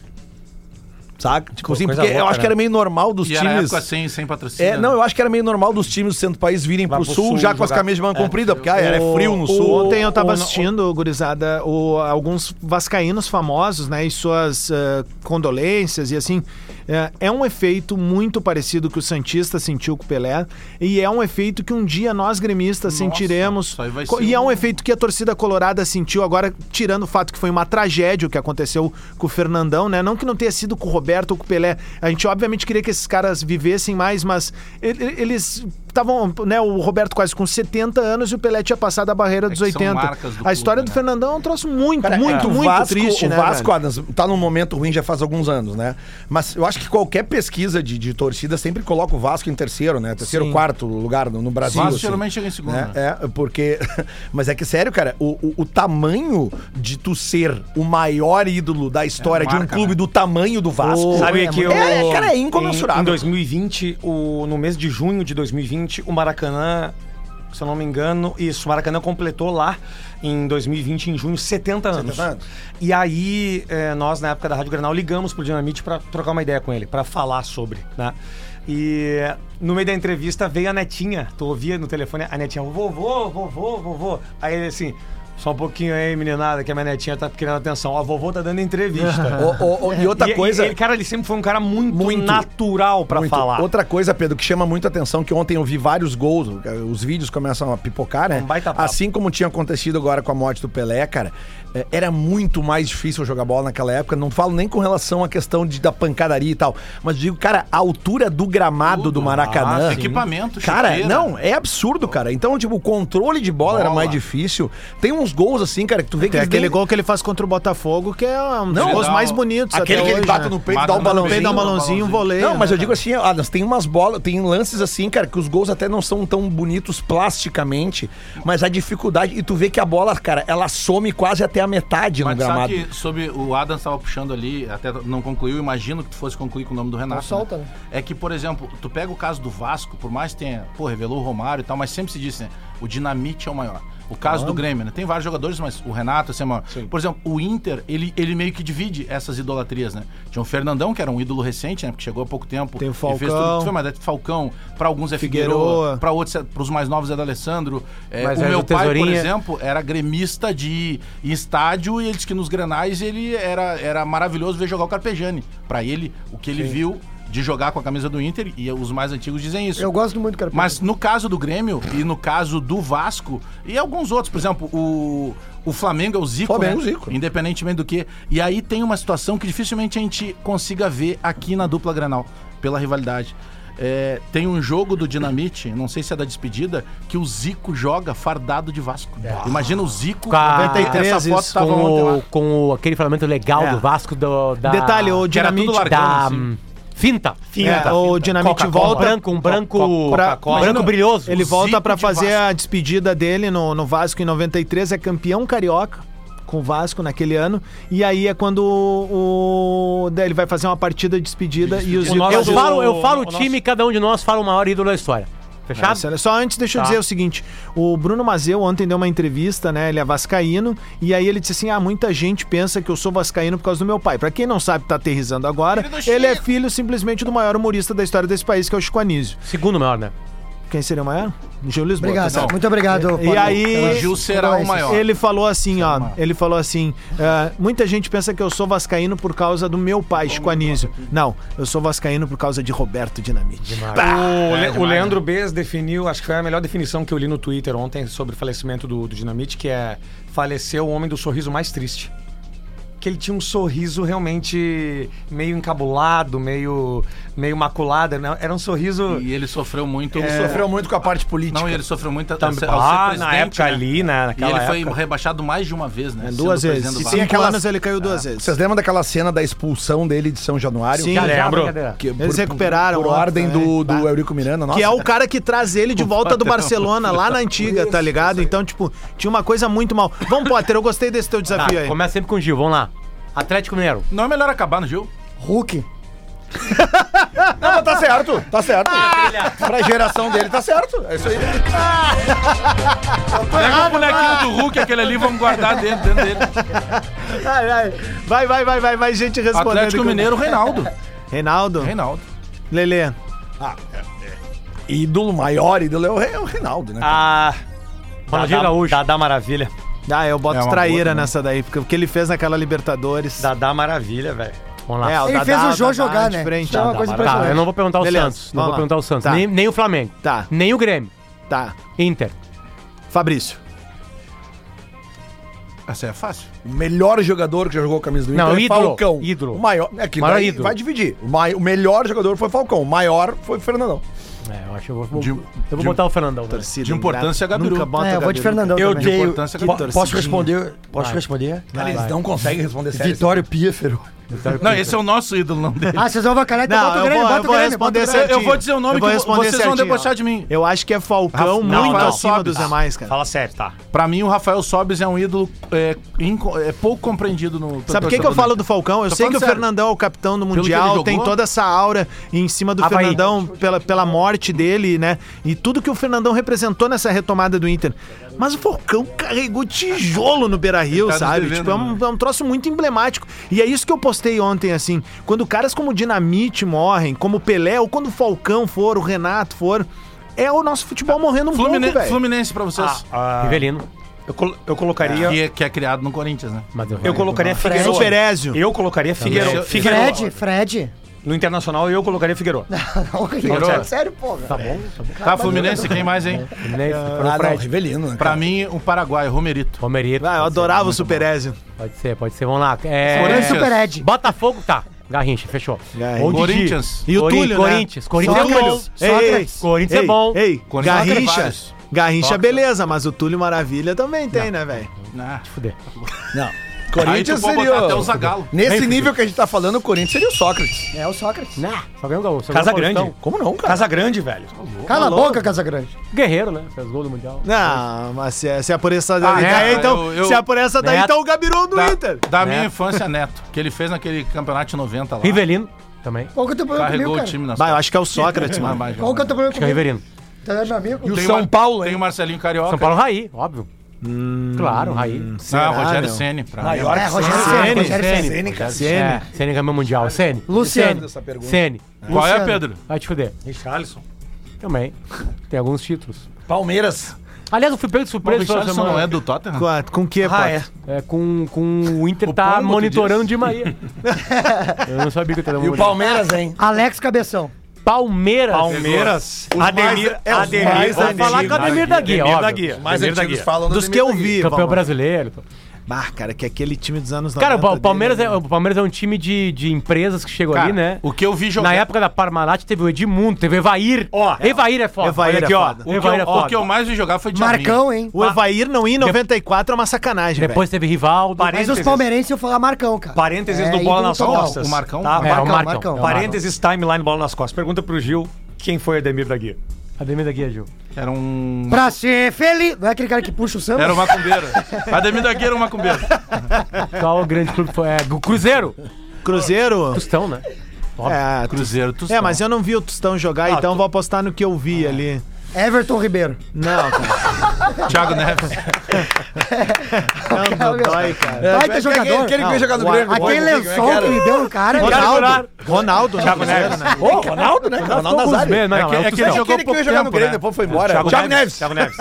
Speaker 6: Saca? Tipo assim,
Speaker 5: coisa
Speaker 6: porque eu
Speaker 5: louca,
Speaker 6: acho que
Speaker 5: né?
Speaker 6: era meio normal dos
Speaker 2: E era
Speaker 6: times.
Speaker 2: época assim, né? sem, sem patrocínio.
Speaker 6: É, não, eu acho que era meio normal dos times do centro do país virem pro,
Speaker 5: pro
Speaker 6: sul,
Speaker 5: sul
Speaker 6: já com as
Speaker 5: jogar.
Speaker 6: camisas de mão comprida, porque ah, era
Speaker 1: É, O-
Speaker 6: frio no
Speaker 1: o-
Speaker 6: sul.
Speaker 1: Ontem eu tava
Speaker 5: o-
Speaker 1: assistindo, gurizada, o- alguns vascaínos famosos, né? E suas eh, condolências e assim. eh, É um efeito muito parecido que o Santista sentiu com o Pelé. E é um efeito que um dia nós gremistas sentiremos.
Speaker 2: isso aí vai
Speaker 1: Co-
Speaker 2: ser
Speaker 1: E é um
Speaker 2: um-
Speaker 1: efeito que a torcida colorada sentiu agora, tirando o fato que foi uma tragédia o que aconteceu com o Fernandão, né? Não que não tenha sido com o Roberto ou com o Pelé. A gente obviamente queria que esses caras vivessem mais, mas ele- eles estavam, né? O Roberto quase com 70 anos e o Pelé tinha passado a barreira dos
Speaker 2: É que são
Speaker 1: 80.
Speaker 2: marcas do
Speaker 1: a
Speaker 2: clube,
Speaker 1: história do
Speaker 2: né?
Speaker 1: Fernandão é um troço muito,
Speaker 6: Cara, é,
Speaker 1: muito,
Speaker 6: o
Speaker 1: muito
Speaker 6: Vasco-
Speaker 1: triste,
Speaker 6: o
Speaker 1: né?
Speaker 6: Vasco,
Speaker 1: velho?
Speaker 6: Adams, tá num momento ruim já faz alguns anos, né? Mas eu acho que qualquer pesquisa de, de torcida sempre coloca o Vasco em terceiro, né? Terceiro, quarto lugar no, no Brasil.
Speaker 2: Vasco
Speaker 6: assim,
Speaker 2: geralmente chega em segundo,
Speaker 6: né?
Speaker 2: né?
Speaker 6: É, porque. [LAUGHS] Mas é que, sério, cara, o, o- o tamanho de tu ser o maior ídolo da história de um
Speaker 2: marca,
Speaker 6: clube
Speaker 2: né?
Speaker 6: do tamanho do Vasco.
Speaker 5: Sabe que o-
Speaker 6: É, cara, é
Speaker 5: Em, em
Speaker 6: incomensurável.
Speaker 5: 2020, o, no mês de junho de 2020, o Maracanã, se eu não me engano, isso, o Maracanã completou lá em 2020, em junho, 70 anos.
Speaker 6: 70 anos.
Speaker 5: E aí, eh, nós, na época da Rádio Granal, ligamos pro Dinamite pra trocar uma ideia com ele, pra falar sobre, né? E eh, no meio da entrevista veio a netinha, tu ouvia no telefone a netinha, vovô, vovô, vovô. Aí ele assim,
Speaker 3: Só um pouquinho aí, meninada, que a minha netinha tá querendo atenção. Ó, a vovô tá dando entrevista.
Speaker 6: Ô, ô, ô, e outra
Speaker 3: E- e
Speaker 6: coisa.
Speaker 3: ele, cara, ele sempre foi um cara muito,
Speaker 6: Muito.
Speaker 3: natural pra
Speaker 6: Muito.
Speaker 3: falar.
Speaker 6: Outra coisa, Pedro, que chama muito atenção, que ontem eu vi vários gols, os vídeos começam a pipocar, né?
Speaker 3: Um baita papo.
Speaker 6: assim como tinha acontecido agora com a morte do Pelé, cara, é, era muito mais difícil jogar bola naquela época. Não falo nem com relação à questão de, da pancadaria e tal, mas digo, cara, a altura do gramado do Maracanã.
Speaker 2: Ah, sim. Equipamento,
Speaker 6: Cara,
Speaker 2: chuteira.
Speaker 6: não, é absurdo, cara. Então, tipo, o controle de bola, era
Speaker 2: Bola.
Speaker 6: mais difícil. Tem uns gols assim, cara, que tu vê que
Speaker 1: Tem
Speaker 6: eles
Speaker 1: aquele
Speaker 6: nem-
Speaker 1: gol que ele faz contra o Botafogo, que é um dos
Speaker 6: Não,
Speaker 1: gols
Speaker 2: não.
Speaker 1: mais bonitos
Speaker 6: Aquele
Speaker 1: até
Speaker 6: que ele
Speaker 1: hoje,
Speaker 6: bate
Speaker 1: né?
Speaker 6: no peito e
Speaker 2: Bate
Speaker 6: dá um
Speaker 2: no
Speaker 6: balãozinho.
Speaker 1: Ele dá um balãozinho, um voleio.
Speaker 6: Não, mas
Speaker 1: né,
Speaker 6: eu digo
Speaker 1: cara?
Speaker 6: assim, Adams, tem umas bolas, tem lances assim, cara, que os gols até não são tão bonitos plasticamente, mas a dificuldade, e tu vê que a bola, cara, ela some quase até a metade
Speaker 2: Mas
Speaker 6: no gramado.
Speaker 2: sabe que sobre o Adam estava puxando ali, até não concluiu, imagino que tu fosse concluir com o nome do Renato.
Speaker 7: solta, né?
Speaker 2: É que, por exemplo, tu pega o caso do Vasco, por mais que tenha, pô, revelou o Romário e tal, mas sempre se disse, né? O dinamite é o maior. O caso do Grêmio, né? Tem vários jogadores, mas o Renato, assim, é o maior. Por exemplo, o Inter, ele, ele meio que divide essas idolatrias, né? Tinha o Fernandão, que era um ídolo recente, né? Porque chegou há pouco tempo.
Speaker 1: Tem o
Speaker 2: e fez tudo que
Speaker 1: Falcão.
Speaker 2: foi, mas é Falcão, pra alguns é
Speaker 1: Figueroa.
Speaker 2: Figueroa, pra outros, é- pros mais novos é da Alessandro. É,
Speaker 5: Mas
Speaker 2: o
Speaker 5: é
Speaker 2: meu
Speaker 5: do
Speaker 2: pai, por
Speaker 5: Tesourinha.
Speaker 2: exemplo tempo, era gremista de estádio e ele disse que nos Grenais ele era, era maravilhoso ver jogar o Carpejani. Pra ele, o que ele viu de jogar com a camisa do Inter, e os mais antigos dizem isso.
Speaker 7: Eu gosto muito, cara.
Speaker 2: Mas no caso do Grêmio e no caso do Vasco e alguns outros, por exemplo, o, o Flamengo é o Zico,
Speaker 6: Flamengo,
Speaker 2: né?
Speaker 6: Zico.
Speaker 2: Independentemente do que. E aí tem uma situação que dificilmente a gente consiga ver aqui na dupla Granal, pela rivalidade. É, tem um jogo do Dinamite, não sei se é da despedida, que o Zico joga fardado de Vasco. Imagina o Zico
Speaker 5: Com a-
Speaker 2: essa
Speaker 1: 93
Speaker 2: foto
Speaker 1: isso,
Speaker 2: tava
Speaker 5: com,
Speaker 2: ontem lá.
Speaker 5: o, com o- aquele falamento legal
Speaker 1: É.
Speaker 5: do Vasco do, da.
Speaker 1: Detalhe, o
Speaker 2: Que era tudo
Speaker 1: Dinamite...
Speaker 2: largado.
Speaker 5: da
Speaker 2: assim.
Speaker 5: hum, finta.
Speaker 1: É, o Dinamite
Speaker 5: Coca-Cola.
Speaker 1: volta...
Speaker 5: Um branco, um branco,
Speaker 1: pra-
Speaker 5: um branco brilhoso.
Speaker 1: Ele volta
Speaker 2: Zico
Speaker 1: pra
Speaker 2: de
Speaker 1: fazer
Speaker 2: Vasco.
Speaker 1: a despedida dele no, no Vasco em 93, é campeão carioca com o Vasco naquele ano. E aí é quando o, o- daí ele vai fazer uma partida de despedida e os
Speaker 3: O nosso-
Speaker 5: Eu falo, eu falo o
Speaker 3: o
Speaker 5: time, cada um de nós fala o maior ídolo da história. Fechado?
Speaker 1: Marcelo, Tá. Só antes, deixa eu dizer o seguinte: o Bruno Mazeu ontem deu uma entrevista, né? Ele é vascaíno, e aí ele disse assim: ah, muita gente pensa que eu sou vascaíno por causa do meu pai. Pra quem não sabe, tá aterrizando agora,
Speaker 2: Filho do Chico.
Speaker 1: ele é filho simplesmente do maior humorista da história desse país, que é o Chico Anísio.
Speaker 5: Segundo maior, né?
Speaker 1: Quem seria o maior? Gil Lisboa.
Speaker 7: Obrigado,
Speaker 1: tá certo.
Speaker 7: muito obrigado.
Speaker 1: E
Speaker 7: Paulo.
Speaker 1: aí,
Speaker 2: O Gil será o maior.
Speaker 1: Ele falou assim, ó. Ele falou assim: ah, muita gente pensa que eu sou vascaíno por causa do meu pai, Chico Anísio. Não, eu sou vascaíno por causa de Roberto Dinamite.
Speaker 3: O,
Speaker 2: É,
Speaker 5: É
Speaker 3: Le-
Speaker 5: né?
Speaker 3: o Leandro Bez definiu, acho que foi a melhor definição que eu li no Twitter ontem sobre o falecimento do, do Dinamite, que é faleceu o homem do sorriso mais triste. Que ele tinha um sorriso realmente meio encabulado, meio, meio maculado. né? Era um sorriso.
Speaker 2: E ele sofreu muito. Ele
Speaker 6: Sofreu muito com a parte política.
Speaker 2: é, Não, e ele sofreu é, muito ao ser- ao ser
Speaker 3: É. Ah, na
Speaker 2: presidente,
Speaker 3: época
Speaker 2: né?
Speaker 3: ali, né?
Speaker 2: E
Speaker 3: Naquela
Speaker 2: ele foi
Speaker 3: época.
Speaker 2: rebaixado mais de uma vez,
Speaker 6: É,
Speaker 2: né?
Speaker 1: Duas
Speaker 2: Sendo
Speaker 1: vezes.
Speaker 2: presidente do
Speaker 1: Em
Speaker 2: Vasco.
Speaker 1: cinco aquelas... anos ele caiu duas vezes.
Speaker 6: Vocês lembram daquela cena da expulsão dele de São Januário?
Speaker 1: Sim,
Speaker 5: Cara,
Speaker 3: lembro.
Speaker 5: brincadeira.
Speaker 6: Que
Speaker 1: Eles recuperaram
Speaker 6: Por
Speaker 1: lá
Speaker 6: ordem
Speaker 1: também.
Speaker 6: do, do
Speaker 1: Bah.
Speaker 6: Eurico Miranda, nossa.
Speaker 1: Que é o cara que traz ele de volta do Barcelona, lá na antiga, tá ligado? Então, tipo, tinha uma coisa muito mal. Vamos, Potter, eu gostei desse teu
Speaker 5: Tá,
Speaker 1: desafio aí.
Speaker 5: começa sempre com o Gil, vamos lá. Atlético Mineiro.
Speaker 2: Não é melhor acabar no Gil?
Speaker 6: [LAUGHS]
Speaker 7: Hulk.
Speaker 6: Ah, tá certo, tá certo. pra geração dele, tá certo. É isso aí.
Speaker 2: Pega o bonequinho do Hulk, aquele ali, vamos guardar dentro, dentro dele.
Speaker 1: Ai, ai. Vai, vai, vai, vai, vai, gente respondendo.
Speaker 2: Atlético
Speaker 1: aqui.
Speaker 2: Mineiro, Reinaldo.
Speaker 6: É.
Speaker 1: Reinaldo.
Speaker 2: Reinaldo.
Speaker 1: Lelê.
Speaker 6: Ídolo maior, ídolo é o, Re- é o Reinaldo, né?
Speaker 3: Ah,
Speaker 5: Ronaldinho
Speaker 3: Dadá-
Speaker 5: Gaúcho.
Speaker 3: Dadá Maravilha.
Speaker 1: Ah, eu boto
Speaker 2: É uma boa
Speaker 1: traíra
Speaker 2: também.
Speaker 1: nessa daí, porque o que ele fez naquela Libertadores. É,
Speaker 3: Dadá Maravilha, velho.
Speaker 5: Vamos
Speaker 3: É,
Speaker 5: lá.
Speaker 1: o
Speaker 7: Ele
Speaker 1: Dadá-
Speaker 7: fez o Jô
Speaker 1: Dadá
Speaker 7: jogar,
Speaker 1: de
Speaker 7: né?
Speaker 1: frente.
Speaker 7: Isso é uma
Speaker 5: Tá,
Speaker 7: coisa
Speaker 5: eu
Speaker 7: impressionante.
Speaker 5: não vou perguntar o
Speaker 1: Beleza,
Speaker 5: Santos. Não
Speaker 1: vamos
Speaker 5: vou
Speaker 1: lá.
Speaker 5: perguntar o Santos.
Speaker 1: Tá.
Speaker 5: Nem, nem o Flamengo.
Speaker 1: Tá.
Speaker 5: Nem o Grêmio.
Speaker 1: Tá.
Speaker 5: Inter.
Speaker 1: Fabrício.
Speaker 2: Essa é fácil.
Speaker 6: O melhor jogador que já jogou com a camisa do Inter
Speaker 5: Não,
Speaker 6: é
Speaker 5: ídolo,
Speaker 6: Falcão.
Speaker 5: ídolo.
Speaker 6: O maior, é que
Speaker 5: Maior
Speaker 6: daí
Speaker 5: ídolo.
Speaker 6: vai dividir. O, mai- o melhor jogador foi Falcão, o maior foi Fernandão.
Speaker 5: É, eu acho que eu vou, vou-
Speaker 2: De-
Speaker 5: eu vou
Speaker 2: de-
Speaker 5: botar o Fernandão. velho.
Speaker 1: Torcida.
Speaker 2: De importância,
Speaker 1: ingrata.
Speaker 2: Gabiru.
Speaker 1: Nunca bota
Speaker 7: É, eu vou de
Speaker 1: Gabiru.
Speaker 7: Fernandão
Speaker 3: Eu
Speaker 7: também.
Speaker 3: tenho.
Speaker 2: importância que
Speaker 3: po-
Speaker 2: torcidinha.
Speaker 3: Posso responder? Posso responder?
Speaker 6: Cara, eles não conseguem responder sério.
Speaker 3: Vitório Pífero.
Speaker 2: Não, esse é o nosso ídolo, não dele.
Speaker 7: Ah, vocês vão vacarar, então
Speaker 1: Não,
Speaker 7: bota o
Speaker 1: eu
Speaker 7: Grêmio,
Speaker 1: vou,
Speaker 7: bota
Speaker 1: eu
Speaker 7: o
Speaker 1: vou
Speaker 7: Grêmio. bota o
Speaker 1: responder
Speaker 7: Grêmio.
Speaker 1: certinho.
Speaker 2: Eu vou dizer o nome
Speaker 1: Eu vou
Speaker 2: que vo-
Speaker 1: responder
Speaker 2: vocês vão
Speaker 1: certinho,
Speaker 2: debochar
Speaker 1: ó.
Speaker 2: de mim.
Speaker 1: Eu acho que é Falcão
Speaker 2: Rafa- não,
Speaker 1: muito
Speaker 2: não,
Speaker 1: acima
Speaker 2: Sobis.
Speaker 1: dos demais, cara.
Speaker 3: Fala sério, tá.
Speaker 2: Pra mim, o Rafael Sobis é um ídolo é, inco- é pouco compreendido no.
Speaker 1: Sabe por que, que eu falo do Falcão? Eu
Speaker 2: Tô
Speaker 1: sei que
Speaker 2: falando
Speaker 1: o
Speaker 2: sério.
Speaker 1: Fernandão é o capitão do
Speaker 2: que
Speaker 1: Mundial,
Speaker 2: ele
Speaker 1: tem
Speaker 2: jogou?
Speaker 1: toda essa aura em cima do
Speaker 5: Havaí.
Speaker 1: Fernandão pela, pela morte dele, né? E tudo que o Fernandão representou nessa retomada do Inter. Mas o Falcão carregou tijolo no Beira Rio,
Speaker 2: Tá nos
Speaker 1: sabe?
Speaker 2: devendo,
Speaker 1: tipo, é um, é um troço muito emblemático. E é isso que eu postei ontem, assim. Quando caras como o Dinamite morrem, como o Pelé, ou quando o Falcão for, o Renato for. É o nosso futebol morrendo um
Speaker 2: Fluminense,
Speaker 1: pouco, velho.
Speaker 3: Ah,
Speaker 2: Fluminense pra vocês.
Speaker 5: Rivelino. Eu, col- eu colocaria.
Speaker 2: Que, é- que é criado no Corinthians, né?
Speaker 3: Mas
Speaker 5: Eu colocaria
Speaker 7: Fred.
Speaker 5: Figueiredo.
Speaker 7: Não,
Speaker 1: Perésio.
Speaker 5: Eu colocaria Figueiredo.
Speaker 2: Eu-
Speaker 5: Figueiredo.
Speaker 7: Fred, Fred. [LAUGHS]
Speaker 5: No Internacional, eu colocaria Figueiredo.
Speaker 7: Não,
Speaker 2: Figueiredo.
Speaker 7: sério, porra.
Speaker 3: Tá bom? Tá bom.
Speaker 2: Tá, Fluminense, quem mais, hein?
Speaker 6: Ah, não, Rivelino, né?
Speaker 2: Pra mim, o Paraguai, o Romerito.
Speaker 3: Romerito.
Speaker 1: Ah, eu
Speaker 3: pode ser,
Speaker 1: adorava o
Speaker 2: é
Speaker 1: Superésio.
Speaker 3: Pode ser, pode ser. Vamos lá. É...
Speaker 2: Corinthians.
Speaker 7: Super Ed.
Speaker 3: Botafogo, tá. Garrincha, fechou. Ou Didi.
Speaker 2: Corinthians.
Speaker 1: E o
Speaker 3: Cori-
Speaker 1: Túlio, né?
Speaker 3: Corinthians. Corinthians é bom.
Speaker 1: Sócrates. Ei, ei,
Speaker 3: Corinthians é
Speaker 1: ei,
Speaker 3: bom.
Speaker 1: Ei,
Speaker 2: Corinthians tem
Speaker 1: Garrincha.
Speaker 2: vários.
Speaker 1: Garrincha, é
Speaker 2: Sócrates.
Speaker 1: beleza, mas o Túlio Maravilha também tem, né, velho?
Speaker 2: Ah,
Speaker 3: Fuder.
Speaker 6: Não.
Speaker 2: aí tu
Speaker 6: Corinthians
Speaker 2: pode
Speaker 6: seria.
Speaker 2: botar até o
Speaker 6: o-
Speaker 2: Zagalo.
Speaker 6: Nesse nível que a gente tá falando, o Corinthians seria o Sócrates.
Speaker 7: É o Sócrates.
Speaker 3: Nah, só ganhou o gol. só ganhou
Speaker 5: Casa
Speaker 3: o
Speaker 5: Grande.
Speaker 3: Faustão.
Speaker 6: Como não, cara?
Speaker 5: Casa Grande, velho.
Speaker 7: Cala a boca, Casagrande.
Speaker 3: Guerreiro, né? Fez gol do Mundial.
Speaker 1: Não, mas se é, se é por essa daí,
Speaker 2: cara,
Speaker 1: então,
Speaker 2: eu- eu-
Speaker 1: se é por essa daí,
Speaker 3: Neto.
Speaker 1: então o Gabirol do
Speaker 2: Da,
Speaker 1: Inter.
Speaker 2: da minha infância, Neto. Que ele fez naquele campeonato de 90 lá.
Speaker 3: Rivelino também.
Speaker 7: Qual que é o teu problema
Speaker 2: Carregou o
Speaker 7: comigo, cara?
Speaker 2: time nas
Speaker 1: Bah, eu acho que é o Sócrates,
Speaker 2: Mas-
Speaker 1: mano.
Speaker 2: mas-
Speaker 7: Qual que é o teu problema
Speaker 3: Acho que é
Speaker 7: comigo?
Speaker 3: Riverino.
Speaker 7: Tá vendo, meu amigo?
Speaker 6: E o
Speaker 2: Tem
Speaker 6: São
Speaker 2: Mar-
Speaker 6: Paulo,
Speaker 2: Tem
Speaker 6: hein?
Speaker 2: o Marcelinho Carioca.
Speaker 3: São Paulo Raí, óbvio. Claro, Raí.
Speaker 2: Ah, Rogério
Speaker 1: meu?
Speaker 2: Ceni pra mim.
Speaker 7: É, Rogério Ceni, Rogério Ceni.
Speaker 6: Ceni, cara.
Speaker 3: Sene. É, Sene campeão mundial. Sene.
Speaker 7: Luciano.
Speaker 6: Essa pergunta.
Speaker 3: Sene.
Speaker 2: Qual é,
Speaker 7: Luciano.
Speaker 2: Pedro?
Speaker 3: Vai te fuder.
Speaker 5: Richarlison.
Speaker 3: Também. Tem alguns títulos.
Speaker 6: Palmeiras.
Speaker 3: Aliás, eu fui pego de
Speaker 2: O
Speaker 3: surpresa essa
Speaker 2: Richardson
Speaker 3: semana.
Speaker 2: não é do Tottenham?
Speaker 1: Com, a- com que, pô?
Speaker 5: Ah, é.
Speaker 3: É, com, com o Inter
Speaker 2: O
Speaker 3: tá
Speaker 2: Pombo, tu
Speaker 3: monitorando
Speaker 2: diz?
Speaker 3: de Maria. eu não sabia que eu tava
Speaker 6: E o Palmeiras, hein?
Speaker 7: Alex Cabeção.
Speaker 3: Palmeiras.
Speaker 5: Palmeiras.
Speaker 6: Os
Speaker 5: Ademir.
Speaker 6: mais- é, os mais
Speaker 5: Ademir.
Speaker 3: Vamos falar com o Ademir da Guia,
Speaker 5: Ademir da
Speaker 3: óbvio.
Speaker 5: Guia.
Speaker 6: Mais
Speaker 5: Ademir da
Speaker 6: antigos
Speaker 5: Guia.
Speaker 6: falam do
Speaker 1: Dos
Speaker 6: Ademir
Speaker 1: que eu
Speaker 6: Taghi.
Speaker 1: vi,
Speaker 3: Campeão
Speaker 1: Valmir.
Speaker 3: brasileiro.
Speaker 1: Bah, cara, que aquele time dos anos 90.
Speaker 3: Cara, o Pal-
Speaker 1: dele,
Speaker 3: Palmeiras,
Speaker 1: né?
Speaker 3: é, o Palmeiras é um time de, de empresas que chegou ali, né?
Speaker 2: O que eu vi jogar.
Speaker 3: Na época da Parmalat teve o Edmundo, teve o Evair.
Speaker 5: Ó,
Speaker 3: Evair é foda.
Speaker 1: Evair
Speaker 3: Olha
Speaker 1: é
Speaker 3: aqui, ó.
Speaker 1: foda.
Speaker 2: O que, eu,
Speaker 3: Evair é
Speaker 2: o que eu
Speaker 3: foda.
Speaker 2: mais vi jogar foi Thiago.
Speaker 7: Marcão, hein?
Speaker 1: O Evair não ir em 94 é uma sacanagem, velho.
Speaker 3: Depois teve Rivaldo.
Speaker 7: Mas os palmeirenses eu falar Marcão, cara.
Speaker 5: Parênteses do Bola
Speaker 7: É, ídolo
Speaker 5: nas
Speaker 7: total.
Speaker 5: Costas.
Speaker 2: O Marcão?
Speaker 5: Tá?
Speaker 2: É, o
Speaker 3: É, o
Speaker 5: Marcão.
Speaker 3: Marcão.
Speaker 7: Marcão.
Speaker 3: É o
Speaker 5: Parênteses, timeline, Bola nas Costas. Pergunta pro Gil quem foi Ademir da Guia.
Speaker 3: Marcão. Ademir da Guia, Gil.
Speaker 2: Era um.
Speaker 7: Pra ser feliz. Não é aquele cara que puxa o samba?
Speaker 2: Era um macumbeiro. Ademir da Guia era um macumbeiro.
Speaker 3: Qual o grande clube foi? É, o Cruzeiro.
Speaker 1: Cruzeiro.
Speaker 3: Tostão, né?
Speaker 1: É,
Speaker 2: Cruzeiro, tu
Speaker 1: é, mas eu não vi o Tostão jogar, então vou apostar no que eu vi ali.
Speaker 7: Everton Ribeiro.
Speaker 1: Não, cara.
Speaker 2: Thiago Neves.
Speaker 1: É um dodói, cara.
Speaker 7: Vai
Speaker 6: Aquele-
Speaker 7: ter jogador.
Speaker 6: Aquele que veio jogar no
Speaker 1: Não,
Speaker 6: Grêmio.
Speaker 7: Aquele lençol que ele deu no cara.
Speaker 1: é Ronaldo. Ronaldo, né?
Speaker 5: Thiago Neves.
Speaker 6: Ô, Ronaldo, né? cara? Ronaldo Nazário.
Speaker 3: Bem, não,
Speaker 2: É
Speaker 3: não,
Speaker 2: que-
Speaker 3: é o
Speaker 2: é que ele
Speaker 3: Tostão.
Speaker 2: jogou
Speaker 6: Aquele que veio
Speaker 2: pouco
Speaker 6: jogar no
Speaker 2: tempo,
Speaker 6: Grêmio,
Speaker 2: né?
Speaker 6: depois foi embora.
Speaker 5: Thiago
Speaker 6: Thiago
Speaker 5: Neves.
Speaker 6: Neves.
Speaker 5: Thiago Neves.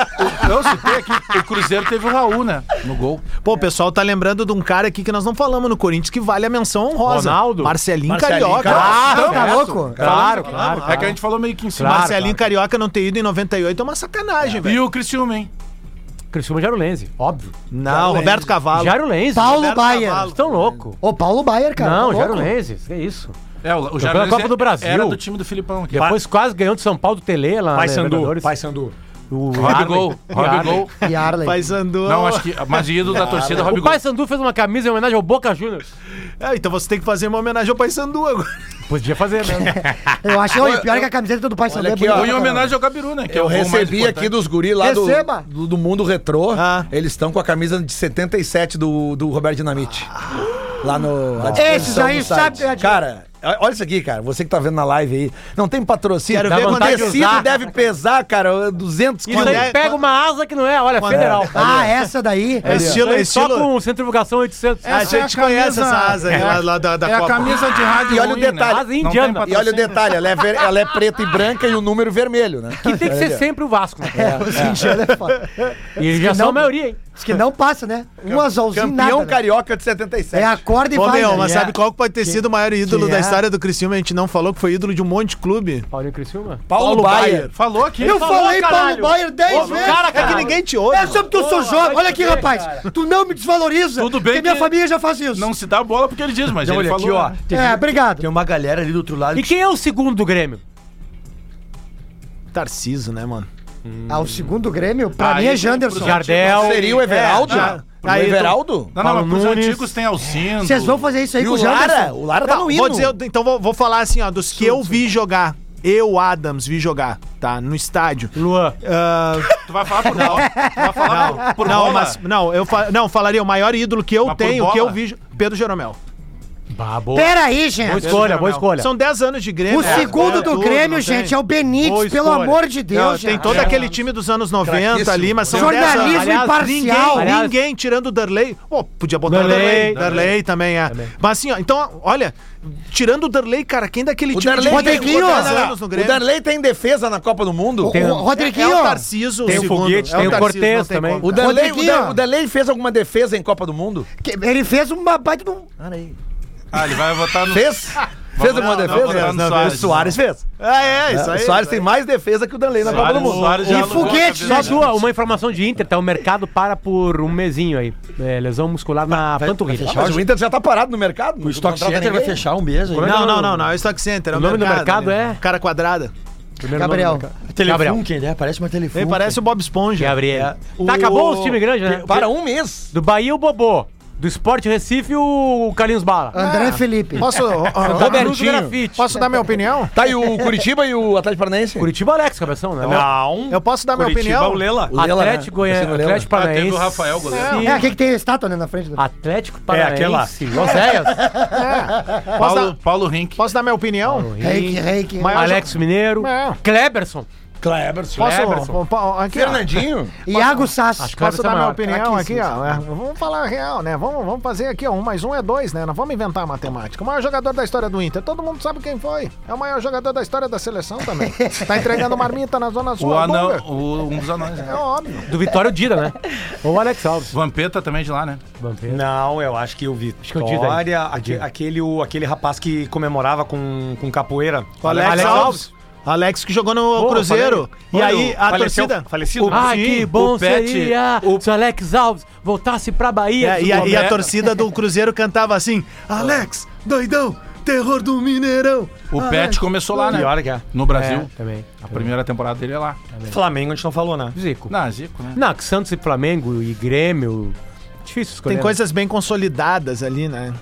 Speaker 2: Eu citei aqui. O Cruzeiro teve o Raul, né? No gol.
Speaker 1: Pô, o pessoal tá lembrando de um cara aqui que nós não falamos no Corinthians que vale a menção honrosa.
Speaker 3: Ronaldo?
Speaker 1: Marcelinho,
Speaker 6: Marcelinho
Speaker 1: Carioca.
Speaker 6: Carioca.
Speaker 7: Não, tá
Speaker 2: Neto.
Speaker 7: louco?
Speaker 3: Ah, Claro, claro.
Speaker 2: É que a
Speaker 3: claro.
Speaker 2: gente falou meio que em cima.
Speaker 3: Ah. Claro.
Speaker 1: Marcelinho Carioca não ter ido em 98 é uma sacanagem, velho.
Speaker 2: E o Criciúma, hein?
Speaker 3: Criciúma Jarulense, óbvio.
Speaker 1: Não, Roberto Cavalo.
Speaker 3: Jarulense.
Speaker 7: Paulo
Speaker 3: Roberto
Speaker 7: Baier.
Speaker 3: Cavalo. Tão louco.
Speaker 7: Ô, Paulo Baier, cara.
Speaker 3: Não, um
Speaker 7: tá louco?
Speaker 3: Jarulense, que isso.
Speaker 2: É, o, o
Speaker 3: Pela Copa do Brasil.
Speaker 2: Era do time do Filipão aqui.
Speaker 3: Depois quase ganhou de São Paulo do Tele lá
Speaker 5: Pai
Speaker 3: na
Speaker 5: Sandu.
Speaker 3: Libertadores.
Speaker 5: Pai Sandu.
Speaker 3: O
Speaker 2: Robigol.
Speaker 3: Arley.
Speaker 2: Robigol.
Speaker 7: E Arley.
Speaker 1: Mas andou.
Speaker 2: Não, acho que. Mas ídolo da torcida,
Speaker 3: O
Speaker 2: Robigol.
Speaker 3: Pai Sandu fez uma camisa em homenagem ao Boca Juniors.
Speaker 1: É, então você tem que fazer uma homenagem ao Paysandu agora.
Speaker 3: Podia fazer, né?
Speaker 7: Eu achei olha, pior é que a camiseta do pai Sandu é
Speaker 6: aqui,
Speaker 7: bonita.
Speaker 6: ó.
Speaker 2: Ou em
Speaker 7: pra caralho.
Speaker 2: homenagem ao Gabiru, né? Que é
Speaker 6: Eu
Speaker 2: o gol mais
Speaker 6: recebi
Speaker 2: importante.
Speaker 6: aqui dos guri lá do,
Speaker 7: Receba.
Speaker 6: do, do mundo retrô.
Speaker 1: Ah.
Speaker 6: Eles estão com a camisa de 77 do, do Roberto Dinamite. Lá no. à disposição
Speaker 7: Esses aí
Speaker 6: do site.
Speaker 7: sabe-
Speaker 6: Cara, olha isso aqui, cara. Você que tá vendo na live aí. Não tem patrocínio.
Speaker 1: Quero
Speaker 6: Dá
Speaker 1: ver quando
Speaker 6: vontade
Speaker 1: é
Speaker 6: de
Speaker 1: que
Speaker 6: tecido
Speaker 3: usar.
Speaker 6: deve pesar, cara, 200
Speaker 3: Isso
Speaker 6: quilos.
Speaker 1: Quando
Speaker 3: aí
Speaker 1: é-
Speaker 3: pega uma asa que não é, olha, federal.
Speaker 7: Ah, essa daí.
Speaker 1: É estilo, é
Speaker 3: Só
Speaker 1: estilo. Ah,
Speaker 3: com centrifugação 800.
Speaker 1: A gente conhece essa asa aí, lá, lá da, da
Speaker 2: É a
Speaker 1: Copa.
Speaker 2: camisa de rádio.
Speaker 7: um
Speaker 6: E olha o
Speaker 2: ruim, né?
Speaker 6: detalhe.
Speaker 2: Não tem
Speaker 3: Indiana.
Speaker 6: E olha o detalhe, ela é, ver- ela é preta e branca e o número vermelho, né?
Speaker 3: Que tem que ser sempre o Vasco, né?
Speaker 7: É foda.
Speaker 3: E eles já
Speaker 7: Que
Speaker 3: são a
Speaker 7: não-
Speaker 3: maioria, hein?
Speaker 7: Diz que não passa, né? Um azulzinho, nada.
Speaker 6: Campeão
Speaker 7: né?
Speaker 6: carioca de 77.
Speaker 7: É acorda e
Speaker 1: Ô,
Speaker 7: vai.
Speaker 1: meu,
Speaker 7: né?
Speaker 1: mas sabe qual que pode ter sido o maior ídolo
Speaker 7: que
Speaker 1: da
Speaker 7: é?
Speaker 1: história do Criciúma? A gente não falou que foi ídolo de um monte de clube.
Speaker 3: Paulinho Criciúma.
Speaker 6: Paulo, Baier.
Speaker 2: Falou aqui.
Speaker 7: Eu
Speaker 3: falou,
Speaker 7: falei
Speaker 3: caralho.
Speaker 7: Paulo Baier 10
Speaker 3: Ô,
Speaker 7: vezes.
Speaker 3: cara,
Speaker 1: É que
Speaker 3: Caralho.
Speaker 1: ninguém te ouve.
Speaker 7: É só porque eu sou
Speaker 3: Porra,
Speaker 7: jovem.
Speaker 3: vai
Speaker 7: Olha aqui,
Speaker 3: fuder,
Speaker 7: rapaz.
Speaker 3: cara.
Speaker 7: Tu não me desvaloriza.
Speaker 2: Tudo bem
Speaker 7: Porque minha
Speaker 2: que-
Speaker 7: família já faz isso.
Speaker 2: Não se dá bola porque ele diz, mas
Speaker 5: Então,
Speaker 2: ele
Speaker 5: olha
Speaker 2: falou.
Speaker 5: aqui, ó.
Speaker 2: né?
Speaker 7: É, obrigado.
Speaker 6: uma galera ali do outro lado.
Speaker 3: E quem é o segundo do Grêmio?
Speaker 1: Tarciso, né, mano?
Speaker 7: Ah, o segundo Grêmio, pra
Speaker 2: Aí
Speaker 7: mim é
Speaker 2: tem
Speaker 7: Janderson.
Speaker 2: pros
Speaker 3: Jardel.
Speaker 6: Seria o Everaldo?
Speaker 1: É, tá.
Speaker 6: O
Speaker 1: Aí,
Speaker 6: Everaldo?
Speaker 2: Não, não,
Speaker 3: Paulo
Speaker 2: mas pros
Speaker 3: Nunes.
Speaker 2: antigos tem Alcindo.
Speaker 7: Vocês vão fazer isso aí
Speaker 6: E
Speaker 7: com
Speaker 6: o
Speaker 7: o
Speaker 6: Lara?
Speaker 7: Janderson?
Speaker 6: O Lara tá no hino.
Speaker 1: Vou dizer, então vou, vou falar assim, ó, dos que eu vi jogar. Eu, Adams, vi jogar, tá? No estádio.
Speaker 3: Luan.
Speaker 1: Ah,
Speaker 2: Tu vai falar por bola. Tu vai falar por- por
Speaker 1: não,
Speaker 2: bola.
Speaker 1: mas. Não, eu fa- não, falaria, o maior ídolo que eu
Speaker 2: Mas por
Speaker 1: tenho, que eu
Speaker 2: bola?
Speaker 1: vi. Pedro Jeromel.
Speaker 3: Bah, boa.
Speaker 7: Pera aí, gente.
Speaker 3: Boa escolha, boa escolha.
Speaker 9: São 10 anos de Grêmio.
Speaker 7: O
Speaker 9: né?
Speaker 7: segundo
Speaker 9: É,
Speaker 7: do
Speaker 9: tudo,
Speaker 7: Grêmio,
Speaker 9: não tem?
Speaker 7: gente, é o Benítez,
Speaker 9: Boa
Speaker 7: pelo
Speaker 9: escolha.
Speaker 7: amor de
Speaker 9: Não,
Speaker 7: Deus.
Speaker 9: tem
Speaker 7: gente.
Speaker 9: todo aquele time dos anos 90 ali, mas são
Speaker 7: Jornalismo
Speaker 9: 10 anos.
Speaker 7: imparcial.
Speaker 9: Ninguém,
Speaker 3: Aliás-
Speaker 9: ninguém tirando o Derlei. Pô, podia botar o
Speaker 3: Derlei.
Speaker 9: Derlei. Derlei também é. Mas assim, ó, então, olha, tirando o Derlei, cara, quem daquele
Speaker 6: O
Speaker 9: time
Speaker 1: Tipo,
Speaker 6: Darley,
Speaker 9: de
Speaker 6: tem,
Speaker 7: Rodriguinho,
Speaker 6: o,
Speaker 9: 10
Speaker 6: Darley-
Speaker 9: anos no
Speaker 6: o
Speaker 9: Grêmio?
Speaker 6: Darley tem defesa na Copa do Mundo?
Speaker 7: O, o
Speaker 3: um-
Speaker 9: É
Speaker 7: Rodriguinho,
Speaker 9: o Tarciso,
Speaker 3: Tem o
Speaker 9: segundo.
Speaker 3: Foguete,
Speaker 9: É
Speaker 3: tem o
Speaker 9: Tarciso,
Speaker 3: Cortez
Speaker 9: não tem
Speaker 3: também.
Speaker 9: como,
Speaker 6: O
Speaker 9: cara.
Speaker 6: Darley, o,
Speaker 7: Rodriguinho.
Speaker 6: Da- o Darley fez alguma defesa em Copa do Mundo?
Speaker 7: que- ele fez uma baita de um...
Speaker 2: Ah, ele vai votar no. [LAUGHS]
Speaker 6: Fez? fez
Speaker 2: não,
Speaker 6: alguma defesa?
Speaker 2: votar no
Speaker 6: Não,
Speaker 2: Suárez.
Speaker 6: o Soares fez.
Speaker 9: Ah, é, isso
Speaker 6: o
Speaker 9: aí.
Speaker 6: Soares tem mais defesa que o Darley na Copa do Mundo.
Speaker 7: E foguete,
Speaker 3: Só duas, uma informação de Inter, tá? O mercado para por um mesinho aí. É, lesão muscular na panturrilha.
Speaker 6: Ah, mas o Inter já tá parado no mercado.
Speaker 5: O Stock Center vai fechar um mês aí.
Speaker 9: Não, não, não, não. É o Stock Center. é
Speaker 3: O nome do mercado
Speaker 9: né?
Speaker 3: é?
Speaker 9: Cara quadrada.
Speaker 3: Primeiro nome
Speaker 7: Gabriel.
Speaker 3: do mercado. Gabriel.
Speaker 5: Telefunken, né? Parece uma telefone.
Speaker 9: Ele parece o Bob Esponja. É.
Speaker 3: Gabriel.
Speaker 9: O-
Speaker 3: Tá, acabou os times grandes, né?
Speaker 6: Para um mês.
Speaker 3: Do Bahia o Bobô. Do Esporte Recife o Carlinhos Bala.
Speaker 7: André Felipe.
Speaker 9: Posso, ó, ó,
Speaker 3: Robertinho. Do grafite.
Speaker 9: posso dar minha opinião?
Speaker 6: Tá, e o Curitiba e o Atlético Paranaense?
Speaker 3: Curitiba Alex, cabeção, né?
Speaker 5: Não.
Speaker 9: Eu posso dar minha opinião?
Speaker 5: Lela.
Speaker 6: O Lela, né?
Speaker 3: Atlético Goiânia,
Speaker 6: Você não
Speaker 3: Atlético
Speaker 2: Ah, teve
Speaker 3: Paranaense.
Speaker 2: o Rafael goleiro.
Speaker 7: É, aquele que tem a estátua né, na frente. Do...
Speaker 9: É,
Speaker 3: Atlético Paranaense.
Speaker 5: aquela.
Speaker 3: Oséias.
Speaker 9: [LAUGHS] Posso
Speaker 2: Paulo,
Speaker 9: dar,
Speaker 2: Paulo Rink.
Speaker 9: posso dar minha opinião?
Speaker 7: Reiki, Reiki.
Speaker 9: Maior
Speaker 3: Alex Mineiro.
Speaker 9: É.
Speaker 3: Kleberson.
Speaker 9: Posso,
Speaker 3: Kleberson.
Speaker 9: ó, ó, aqui, ó.
Speaker 6: Fernandinho?
Speaker 7: Iago Sassi.
Speaker 3: Kleber
Speaker 9: Posso dar minha
Speaker 3: Samara,
Speaker 9: opinião aqui,
Speaker 3: craquíssimo.
Speaker 9: ó. É, Vamos falar a real, né? Vamos, vamos fazer aqui, ó. Um mais um é dois, né? Nós vamos inventar a matemática. O maior jogador da história do Inter. Todo mundo sabe quem foi. É o maior jogador da história da seleção também. tá entregando marmita na Zona Sul.
Speaker 2: O
Speaker 9: é
Speaker 2: anão,
Speaker 9: bom,
Speaker 2: o, um dos anões.
Speaker 9: É
Speaker 2: Né?
Speaker 9: óbvio.
Speaker 3: Do Vitória o Dida,
Speaker 9: [LAUGHS]
Speaker 3: né? Ou o Alex Alves.
Speaker 2: Vampeta também de lá, né?
Speaker 5: Não, eu acho que eu vi. Acho
Speaker 3: que eu digo aí.
Speaker 5: aquele, aquele, o- aquele rapaz que comemorava com, com capoeira.
Speaker 9: Alex Alves. Alex que jogou no Cruzeiro. E aí, a
Speaker 5: Faleceu-
Speaker 9: torcida.
Speaker 5: falecido?
Speaker 9: O-
Speaker 3: Ah,
Speaker 9: sim,
Speaker 3: que bom
Speaker 2: o Pet-
Speaker 3: seria se o Alex Alves voltasse pra Bahia.
Speaker 9: É, e, a, e a
Speaker 2: Roberto.
Speaker 9: torcida do Cruzeiro cantava assim: Alex, doidão, terror do Mineirão.
Speaker 2: O
Speaker 9: Alex.
Speaker 2: Pet começou lá, né?
Speaker 5: Pior que é.
Speaker 2: No
Speaker 3: É,
Speaker 2: Brasil.
Speaker 3: também.
Speaker 2: A primeira temporada dele é lá.
Speaker 5: Flamengo a gente não falou, né?
Speaker 3: Zico.
Speaker 2: Na Zico, né?
Speaker 3: Não, que Santos e Flamengo e Grêmio. Difícil escolher.
Speaker 9: Tem
Speaker 3: né?
Speaker 9: coisas bem consolidadas ali, né?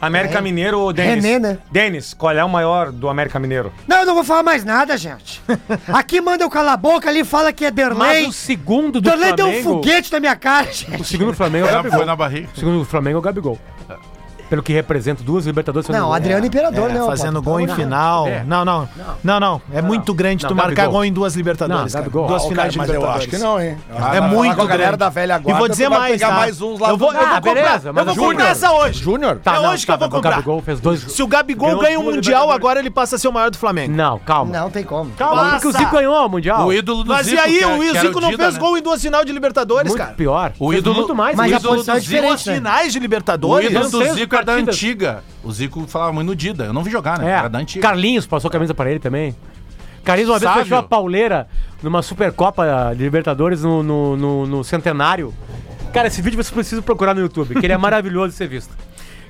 Speaker 5: América Mineiro ou Denis?
Speaker 7: René, né?
Speaker 5: Denis, qual é o maior do América Mineiro?
Speaker 7: Não, eu não vou falar mais nada,
Speaker 3: [LAUGHS]
Speaker 7: gente. Aqui manda eu calar a boca, ali fala que é
Speaker 3: Mas
Speaker 7: Derlei.
Speaker 3: o segundo do
Speaker 7: Derlei
Speaker 3: Flamengo.
Speaker 7: deu um foguete na minha cara, gente.
Speaker 3: O segundo do Flamengo é o
Speaker 2: Ela foi
Speaker 3: Gabigol.
Speaker 2: na barriga.
Speaker 3: O segundo do Flamengo é o Gabigol. Pelo que representa duas Libertadores. se eu
Speaker 7: Não,
Speaker 3: me engano.
Speaker 7: Adriano Imperador,
Speaker 9: É,
Speaker 7: né?
Speaker 9: fazendo
Speaker 7: Potter?
Speaker 9: gol em
Speaker 7: Não,
Speaker 9: final.
Speaker 3: É.
Speaker 9: Não, não. Não, não. É muito grande
Speaker 3: Não,
Speaker 9: tu
Speaker 3: Gabigol.
Speaker 9: marcar gol em duas Libertadores.
Speaker 3: Não,
Speaker 9: cara.
Speaker 3: Gabigol.
Speaker 9: Duas
Speaker 3: Ah,
Speaker 9: finais
Speaker 6: mas
Speaker 9: de
Speaker 6: eu
Speaker 9: Libertadores.
Speaker 6: acho que não, hein?
Speaker 2: Ah,
Speaker 9: É muito
Speaker 6: A galera
Speaker 9: grande.
Speaker 6: da velha guarda.
Speaker 9: E vou dizer
Speaker 6: tu vai
Speaker 9: mais,
Speaker 6: pegar
Speaker 9: tá?
Speaker 6: mais uns lá
Speaker 9: eu vou,
Speaker 6: do-
Speaker 9: eu vou
Speaker 3: Ah, beleza,
Speaker 9: comprar.
Speaker 3: mas
Speaker 9: Eu vou
Speaker 3: o Júnior-
Speaker 9: comprar essa hoje.
Speaker 6: Júnior?
Speaker 9: é
Speaker 3: Tá, não,
Speaker 9: hoje
Speaker 3: tá,
Speaker 9: que eu
Speaker 3: não,
Speaker 9: vou
Speaker 3: O
Speaker 9: comprar.
Speaker 3: Gabigol fez dois.
Speaker 9: Se o Gabigol
Speaker 5: Ganhou
Speaker 9: ganha o
Speaker 5: duas
Speaker 9: Mundial,
Speaker 5: Libertadores.
Speaker 9: agora ele passa a ser o maior do Flamengo.
Speaker 3: Não, calma.
Speaker 7: Não tem como.
Speaker 9: Calma.
Speaker 3: Porque o Zico é ganhou o Mundial.
Speaker 2: O ídolo do
Speaker 9: Mas
Speaker 2: Zico.
Speaker 9: e aí,
Speaker 2: que era-
Speaker 9: o
Speaker 2: que era
Speaker 9: Zico não
Speaker 2: Dida,
Speaker 9: fez
Speaker 2: né?
Speaker 9: gol em duas finais de Libertadores,
Speaker 3: muito
Speaker 9: cara.
Speaker 3: pior.
Speaker 2: O
Speaker 3: Fez
Speaker 2: ídolo-
Speaker 3: muito mais.
Speaker 7: Mas
Speaker 2: o
Speaker 7: a
Speaker 2: ídolo
Speaker 7: posição é
Speaker 2: do Zico-
Speaker 9: Duas
Speaker 7: diferente, né?
Speaker 9: finais de
Speaker 2: O
Speaker 9: Libertadores?
Speaker 2: ídolo do
Speaker 3: Seis
Speaker 2: Zico é da
Speaker 3: partidas.
Speaker 2: antiga. O Zico falava muito no Dida. Eu não vi jogar, né? Era da
Speaker 3: É.
Speaker 2: antiga.
Speaker 3: Carlinhos passou camisa pra ele também. Carlinhos uma vez
Speaker 2: Sábio.
Speaker 3: fechou a pauleira numa Supercopa de Libertadores no, no, no- no Centenário. Cara, esse vídeo você precisa procurar no YouTube,
Speaker 2: [LAUGHS]
Speaker 3: que ele é maravilhoso de ser visto.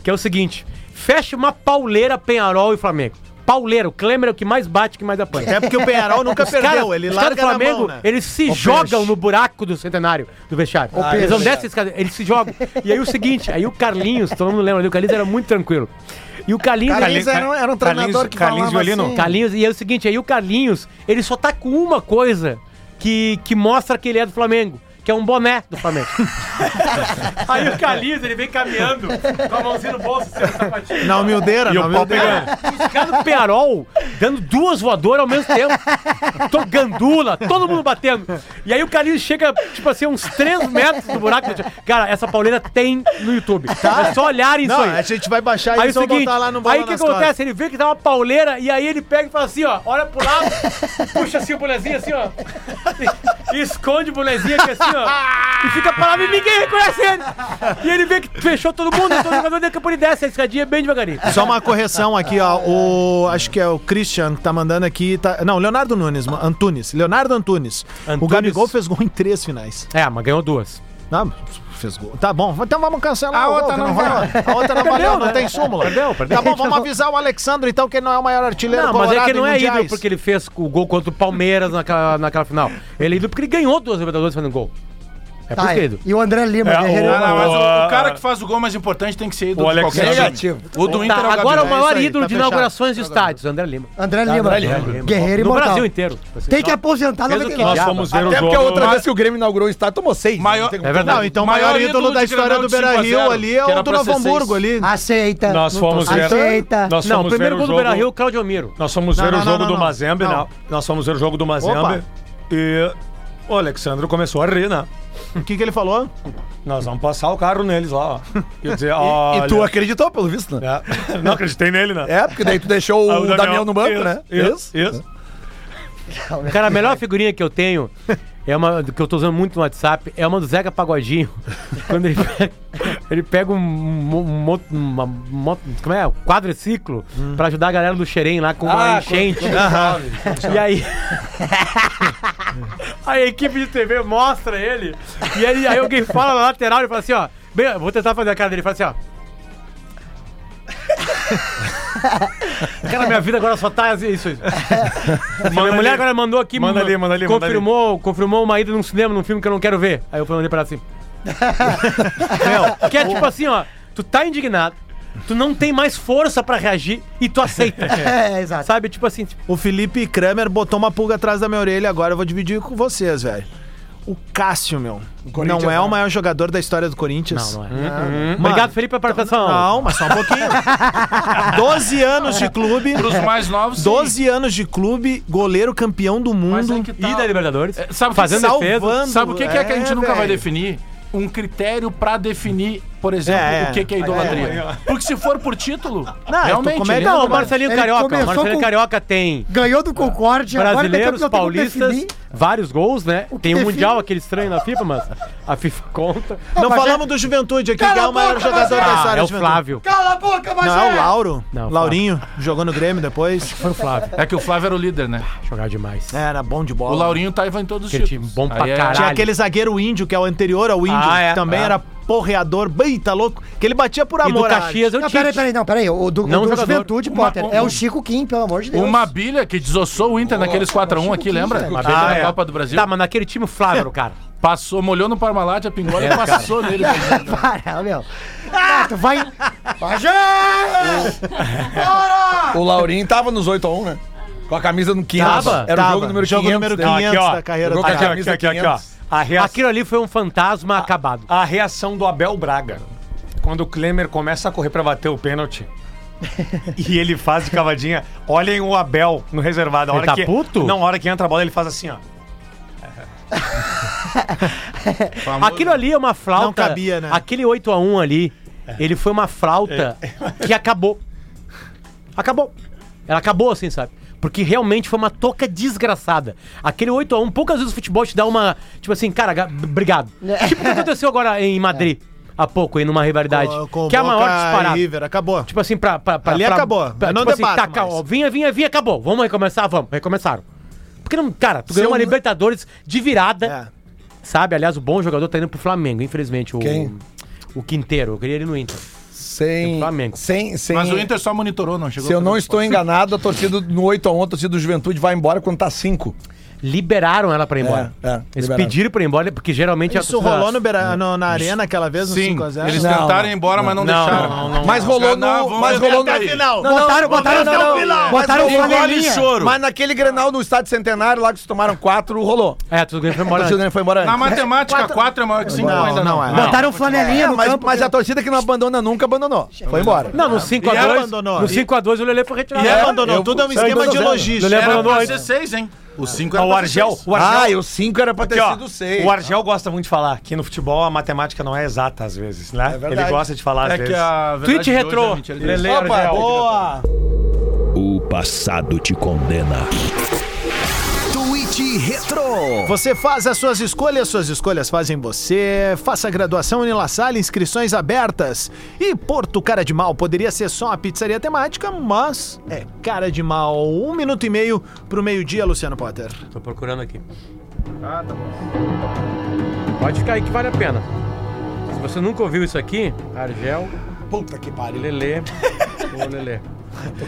Speaker 3: Que é o seguinte: fecha uma pauleira Penharol e Flamengo. Pauleira, o Klemer é o que mais bate, que mais apanha.
Speaker 9: É porque o Penharol nunca
Speaker 3: Os caras-
Speaker 9: perdeu. Ele
Speaker 3: os caras
Speaker 9: larga
Speaker 3: do
Speaker 9: na
Speaker 3: Flamengo,
Speaker 9: mão, né?
Speaker 3: eles se
Speaker 6: Ô,
Speaker 3: jogam
Speaker 6: peixe.
Speaker 3: no buraco do centenário do vestiário. eles não descem a escada, eles se jogam. E aí o seguinte, aí o Carlinhos, todo mundo lembra, ali, o Carlinhos era muito tranquilo. E o Carlinhos,
Speaker 6: Carlinhos era um- era um treinador que
Speaker 5: Carlinhos
Speaker 6: falava
Speaker 5: Violino.
Speaker 6: assim.
Speaker 3: Carlinhos, e é o seguinte, aí o Carlinhos, ele só tá com uma coisa que, que mostra que ele é do Flamengo. Que é um boné do Flamengo. aí o Carlinhos, ele vem caminhando com a mãozinha no bolso, assim, no sapatinho.
Speaker 9: Na humildeira, na humildeira.
Speaker 3: Os caras do Penharol dando duas voadoras ao mesmo tempo. Tô gandula, todo mundo batendo. E aí o Carlinhos chega, tipo assim, uns 3 metros do buraco. Cara, essa pauleira tem no YouTube. É só olharem isso
Speaker 9: Não, tipo
Speaker 3: aí.
Speaker 9: a gente vai baixar
Speaker 3: Aí o
Speaker 9: isso e
Speaker 3: seguinte,
Speaker 9: botar lá no Bola
Speaker 3: aí o que
Speaker 9: nas
Speaker 3: acontece?
Speaker 9: Costas.
Speaker 3: Ele vê que dá uma pauleira e aí ele pega e fala assim, ó, olha
Speaker 9: [LAUGHS]
Speaker 3: pro lado, puxa assim o bonezinho assim, ó, e esconde o bonezinho aqui assim, ó, e fica parado e ninguém reconhece ele. E ele vê que fechou todo mundo, todo jogador daqui a pouco ele desce a escadinha bem devagarinho.
Speaker 9: Só uma correção aqui, ó. O, acho que é o Christian que tá mandando aqui. Tá, não, Leonardo Nunes, ma- Antunes. Leonardo Antunes. O
Speaker 3: Antunes.
Speaker 9: Gabigol fez gol em três finais.
Speaker 3: É, mas ganhou duas.
Speaker 9: Não, fez gol. Tá bom, então vamos cancelar
Speaker 2: A
Speaker 9: o gol,
Speaker 2: outra
Speaker 9: que
Speaker 2: não
Speaker 9: vai- A outra não valeu, não
Speaker 3: né?
Speaker 9: tem súmula.
Speaker 3: Perdeu, perdeu.
Speaker 9: Tá bom, vamos avisar o Alexandre então que ele não é o maior artilheiro
Speaker 3: Não, mas é
Speaker 9: colorado
Speaker 3: que não
Speaker 9: em
Speaker 3: é
Speaker 9: mundiais.
Speaker 3: ídolo porque ele fez o gol contra o Palmeiras naquela, naquela final. Ele é ídolo porque ele ganhou duas Libertadores fazendo gol. É
Speaker 7: Tá,
Speaker 3: possuído.
Speaker 7: E o André Lima,
Speaker 10: É,
Speaker 7: guerreiro.
Speaker 10: o-
Speaker 2: Não, mas o, o
Speaker 10: Ah.
Speaker 2: cara que faz o gol mais importante tem que ser ídolo
Speaker 10: O
Speaker 2: de
Speaker 10: Alex
Speaker 2: qualquer time.
Speaker 6: Negativo.
Speaker 2: O do Inter é o
Speaker 3: Tá, agora
Speaker 2: Gabriel.
Speaker 3: o maior
Speaker 9: É isso aí,
Speaker 3: ídolo
Speaker 9: tá
Speaker 3: de
Speaker 9: fechado. é
Speaker 3: inaugurações de estádios, André Lima.
Speaker 7: André Lima.
Speaker 6: André Lima.
Speaker 7: Guerreiro
Speaker 3: no
Speaker 7: imortal.
Speaker 3: Brasil inteiro.
Speaker 7: Tem que aposentar, não vai
Speaker 3: Fez o
Speaker 7: ter
Speaker 3: que
Speaker 7: que
Speaker 10: Nós
Speaker 3: diabo.
Speaker 10: fomos ver o
Speaker 6: Até
Speaker 10: jogo.
Speaker 6: porque a outra vez que o Grêmio inaugurou o estádio, tomou seis.
Speaker 2: Maior-
Speaker 3: É verdade.
Speaker 9: Não, então o maior,
Speaker 2: Maior
Speaker 9: ídolo,
Speaker 2: ídolo
Speaker 9: da
Speaker 2: de
Speaker 9: história
Speaker 2: Grenal
Speaker 9: do
Speaker 2: de 5 a
Speaker 9: Beira Rio
Speaker 2: 0,
Speaker 9: ali é
Speaker 2: que
Speaker 9: o
Speaker 2: era
Speaker 9: do
Speaker 2: pra
Speaker 9: Novo
Speaker 2: ser seis.
Speaker 9: Hamburgo ali.
Speaker 6: Ah,
Speaker 7: Aceita.
Speaker 10: Nós
Speaker 7: Não
Speaker 10: fomos
Speaker 7: tô-
Speaker 10: ver.
Speaker 7: Aceita.
Speaker 10: Nós
Speaker 3: Não, o
Speaker 10: fomos ver
Speaker 3: primeiro
Speaker 10: o
Speaker 3: gol do
Speaker 10: jogo.
Speaker 3: Beira Rio, Claudio Almiro.
Speaker 10: Nós fomos ver
Speaker 9: Não,
Speaker 10: o
Speaker 9: não,
Speaker 10: jogo
Speaker 9: não,
Speaker 10: do
Speaker 9: não.
Speaker 10: Mazembe,
Speaker 9: Não.
Speaker 10: não. Nós fomos ver o jogo do Mazembe. E o Alexandre começou a rir, né?
Speaker 9: O que, que ele falou?
Speaker 10: Nós vamos passar o carro neles lá, ó. E eu dizer, olha...
Speaker 6: E tu acreditou, pelo visto, né?
Speaker 10: É. Não acreditei nele, né? [LAUGHS]
Speaker 6: É, porque daí tu deixou
Speaker 5: Ah,
Speaker 10: Aí
Speaker 6: o Damião no banco, né?
Speaker 10: Isso, isso.
Speaker 3: Cara, a melhor figurinha que eu tenho é uma que eu tô usando muito no WhatsApp, é uma do
Speaker 10: [LAUGHS]
Speaker 3: Zeca Pagodinho. quando ele pega, ele pega um, mo- mo- uma moto, como é? Um quadriciclo
Speaker 10: Hum.
Speaker 3: pra ajudar a galera do Xerém lá com uma
Speaker 10: Ah,
Speaker 3: enchente. E aí [LAUGHS] A equipe de TV mostra ele e ele, aí alguém fala na lateral e fala assim, ó, bem, eu vou tentar fazer a cara dele, fala assim, ó. Cara, minha vida agora só tá isso. isso. Minha mulher
Speaker 10: ali.
Speaker 3: agora mandou aqui.
Speaker 10: Manda ali, manda ali, manda
Speaker 3: Confirmou, confirmou uma ida num cinema, num filme que eu não quero ver. Aí eu falei pra ela assim. Meu, que é tipo assim, ó. Tu tá indignado, tu não tem mais força pra reagir e tu aceita.
Speaker 7: É, exato.
Speaker 3: Sabe? Tipo assim, tipo,
Speaker 9: O Felipe Kramer botou uma pulga atrás da minha orelha, agora eu vou dividir com vocês, velho. O Cássio, meu, não
Speaker 6: né?
Speaker 9: é o maior jogador da história do Corinthians.
Speaker 3: não, não é. Obrigado, Felipe, pela participação.
Speaker 9: Não, mas só um pouquinho. 12 anos de clube.
Speaker 2: Pros mais novos, sim.
Speaker 9: 12 anos de clube, goleiro campeão do
Speaker 2: Mas é
Speaker 9: mundo.
Speaker 2: que tá.
Speaker 3: E da Libertadores.
Speaker 2: É, Sabe o que
Speaker 3: fazendo
Speaker 2: que-
Speaker 3: defesa.
Speaker 2: Sabe o que, que é que a gente
Speaker 9: É,
Speaker 2: nunca vai
Speaker 9: velho.
Speaker 2: definir? Um critério pra definir, por exemplo,
Speaker 9: É, é.
Speaker 2: o que, que é idolatria. Porque se for por título,
Speaker 9: Não,
Speaker 2: realmente.
Speaker 9: como é
Speaker 2: né?
Speaker 9: que-
Speaker 3: Não, o
Speaker 9: Lembra?
Speaker 3: Marcelinho
Speaker 7: Ele
Speaker 3: Carioca. O
Speaker 7: começou
Speaker 3: Marcelinho
Speaker 7: com-
Speaker 3: Ganhou. Carioca tem
Speaker 7: Ganhou do Concorde, agora ele é
Speaker 3: brasileiros,
Speaker 7: campeão do
Speaker 3: paulistas,
Speaker 7: Defini.
Speaker 3: vários gols, né?
Speaker 7: que
Speaker 3: Tem um
Speaker 7: define?
Speaker 3: mundial, aquele estranho na FIFA, mas a FIFA conta.
Speaker 9: Não
Speaker 7: mas é-
Speaker 9: falamos do Juventude aqui, que é o maior jogador da
Speaker 3: Ah,
Speaker 9: história
Speaker 3: é
Speaker 9: do
Speaker 3: o Flávio.
Speaker 7: Cala a boca, mas
Speaker 9: Não, é o Lauro.
Speaker 3: Não, Flávio.
Speaker 9: Laurinho, jogou no Grêmio depois.
Speaker 3: Foi o Flávio.
Speaker 2: É que o Flávio era o líder, né?
Speaker 3: Jogar demais.
Speaker 9: É, Era bom de bola.
Speaker 2: O Laurinho tava em todos os
Speaker 3: Aquele
Speaker 2: títulos.
Speaker 3: time bom pra
Speaker 2: Aí é-
Speaker 3: caralho.
Speaker 9: Tinha aquele zagueiro índio, que é o anterior ao índio,
Speaker 3: Ah, é.
Speaker 9: que também
Speaker 3: É.
Speaker 9: era porreador, bem, tá louco, que ele batia por
Speaker 3: E do
Speaker 9: amor. à
Speaker 3: Caxias
Speaker 9: arte.
Speaker 3: é eu
Speaker 7: Não,
Speaker 3: tinha.
Speaker 7: peraí, peraí, não, peraí. O do,
Speaker 3: Não,
Speaker 7: o do
Speaker 3: jogador.
Speaker 7: Juventude,
Speaker 2: Uma-
Speaker 7: Potter,
Speaker 2: um-
Speaker 7: é o Chico Kim, pelo amor de Deus.
Speaker 2: Uma bilha que desossou o Inter naqueles 4x1 aqui, lembra? Uma bilha
Speaker 3: Ah,
Speaker 2: na
Speaker 3: é.
Speaker 2: Copa do Brasil.
Speaker 3: Tá, mas naquele time o Flávio, era o cara.
Speaker 2: Passou, molhou no Parmalat, a pingola
Speaker 3: É,
Speaker 2: e passou nele.
Speaker 7: Para, meu. Ah, tu vai... Pajé!
Speaker 6: O Laurinho tava nos 8x1, né? Com a camisa no 500.
Speaker 3: Tava,
Speaker 6: Era o
Speaker 9: tava.
Speaker 6: jogo número 500.
Speaker 9: Jogo número
Speaker 6: dele.
Speaker 9: 500
Speaker 10: Aqui, ó.
Speaker 9: da carreira
Speaker 6: Jogou
Speaker 9: do
Speaker 6: com
Speaker 10: Aqui,
Speaker 6: a
Speaker 9: cara.
Speaker 10: ó, aqui,
Speaker 6: camisa
Speaker 10: aqui, aqui, ó.
Speaker 6: 500.
Speaker 10: A reação
Speaker 3: Aquilo ali foi um fantasma acabado.
Speaker 10: a reação do Abel Braga. Quando o Klemer começa a correr pra bater o
Speaker 3: [LAUGHS]
Speaker 10: pênalti. e ele faz de cavadinha. Olhem o Abel no reservado. A
Speaker 3: Ele
Speaker 10: hora
Speaker 3: tá
Speaker 10: que,
Speaker 3: puto?
Speaker 10: Não, a hora que entra a bola, ele faz assim, ó.
Speaker 3: Aquilo ali é uma flauta.
Speaker 9: Não cabia, né? É.
Speaker 3: Aquele 8x1 ali, ele foi uma flauta que acabou. Acabou. Ela acabou assim, sabe? Porque realmente foi uma toca desgraçada. Aquele 8x1, poucas vezes o futebol te dá uma. Tipo assim, cara, ga- obrigado. Tipo o que aconteceu agora em Madrid, há pouco, em numa rivalidade.
Speaker 9: Com- com
Speaker 3: que é a maior
Speaker 9: Boca e
Speaker 3: disparada.
Speaker 9: River, acabou.
Speaker 3: Tipo assim, pra. pra, pra
Speaker 9: Ali
Speaker 3: pra-
Speaker 9: acabou,
Speaker 3: pra-
Speaker 9: eu não
Speaker 3: tipo assim,
Speaker 9: debato
Speaker 3: tá, ca-
Speaker 9: mais.
Speaker 3: ó, vinha, vinha, vinha, acabou. Vamos recomeçar? Vamos. Recomeçaram. Porque não. Cara, tu ganhou uma Libertadores de virada.
Speaker 9: É.
Speaker 3: Sabe? Aliás, o bom jogador tá indo pro Flamengo, infelizmente. O,
Speaker 6: Quem?
Speaker 3: O Quinteiro. Eu queria ele no Inter.
Speaker 6: Sem,
Speaker 3: Flamengo.
Speaker 6: sem, sem,
Speaker 2: Mas o Inter só monitorou, não chegou.
Speaker 6: Se eu não
Speaker 2: pra-
Speaker 6: estou enganado, a torcida no 8x1, a torcida do Juventude vai embora quando tá 5.
Speaker 3: Liberaram ela pra ir embora.
Speaker 6: É, é,
Speaker 3: Eles
Speaker 6: liberaram.
Speaker 3: pediram pra ir embora, porque geralmente... é a
Speaker 9: Isso
Speaker 3: torcida-
Speaker 9: rolou no, Beira- no- na arena aquela vez, no
Speaker 2: Sim,
Speaker 9: 5x0.
Speaker 2: eles
Speaker 6: Não,
Speaker 2: tentaram
Speaker 6: não.
Speaker 2: ir embora, mas não, deixaram.
Speaker 6: Mas rolou
Speaker 2: Não,
Speaker 6: no.
Speaker 2: vamos
Speaker 6: Mas
Speaker 2: ver
Speaker 6: rolou
Speaker 2: até
Speaker 6: no.
Speaker 2: a final.
Speaker 6: botaram, botaram,
Speaker 9: até o final.
Speaker 6: Botaram
Speaker 2: Mas rolou
Speaker 6: o
Speaker 2: ali
Speaker 6: choro.
Speaker 2: choro.
Speaker 6: Mas naquele Grenal no estádio centenário, lá que se tomaram 4, rolou.
Speaker 3: É, tudo ganhou foi
Speaker 6: A
Speaker 2: Ah.
Speaker 3: embora.
Speaker 6: torcida
Speaker 3: antes.
Speaker 6: não foi embora
Speaker 2: Na
Speaker 6: antes.
Speaker 2: matemática, 4 é maior que 5
Speaker 9: Não,
Speaker 2: ainda não.
Speaker 9: não é.
Speaker 7: Botaram flanelinha
Speaker 6: É,
Speaker 7: no
Speaker 6: mas,
Speaker 7: campo. né?
Speaker 6: mas a torcida que não abandona nunca abandonou. Foi embora.
Speaker 3: Não, no
Speaker 9: E
Speaker 3: 5x2...
Speaker 9: abandonou.
Speaker 3: No
Speaker 9: E-
Speaker 3: 5x2 o Lelê foi retirado.
Speaker 9: E
Speaker 3: É,
Speaker 9: abandonou.
Speaker 6: eu-
Speaker 9: Tudo é um
Speaker 6: saiu
Speaker 9: esquema
Speaker 6: dois
Speaker 9: de
Speaker 6: a zero.
Speaker 9: logística.
Speaker 2: Era
Speaker 3: abandonou
Speaker 2: pra
Speaker 3: ainda.
Speaker 2: 16, hein? O 5
Speaker 10: Não,
Speaker 2: era
Speaker 10: o
Speaker 2: pra
Speaker 10: Argel.
Speaker 2: 16.
Speaker 10: O Argel.
Speaker 6: Ah, e o 5 era pra ter
Speaker 10: Aqui, ó,
Speaker 6: sido 6.
Speaker 10: o Argel gosta muito de falar que no futebol a matemática não é exata às vezes,
Speaker 6: É
Speaker 10: né? Ele gosta de falar às
Speaker 2: É que
Speaker 10: vezes.
Speaker 2: a
Speaker 3: Tweet
Speaker 2: verdade de hoje
Speaker 3: retrô.
Speaker 2: é mentira de
Speaker 3: Lelê,
Speaker 6: Opa,
Speaker 3: Argel.
Speaker 6: boa!
Speaker 4: O passado te condena.
Speaker 8: Tweet Retro.
Speaker 9: Você faz as suas escolhas, suas escolhas fazem você. Faça a graduação Unila Salle, inscrições abertas. E Porto Cara de Mal poderia ser só uma pizzaria temática, mas é cara de mal. Um minuto e meio pro meio-dia, Luciano Potter.
Speaker 3: Tô procurando aqui. Ah, tá bom. Pode ficar aí que vale a pena.
Speaker 6: [LAUGHS]
Speaker 3: Se você nunca ouviu isso aqui, Argel... Puta que pariu. Lelê... Ô, Lelê.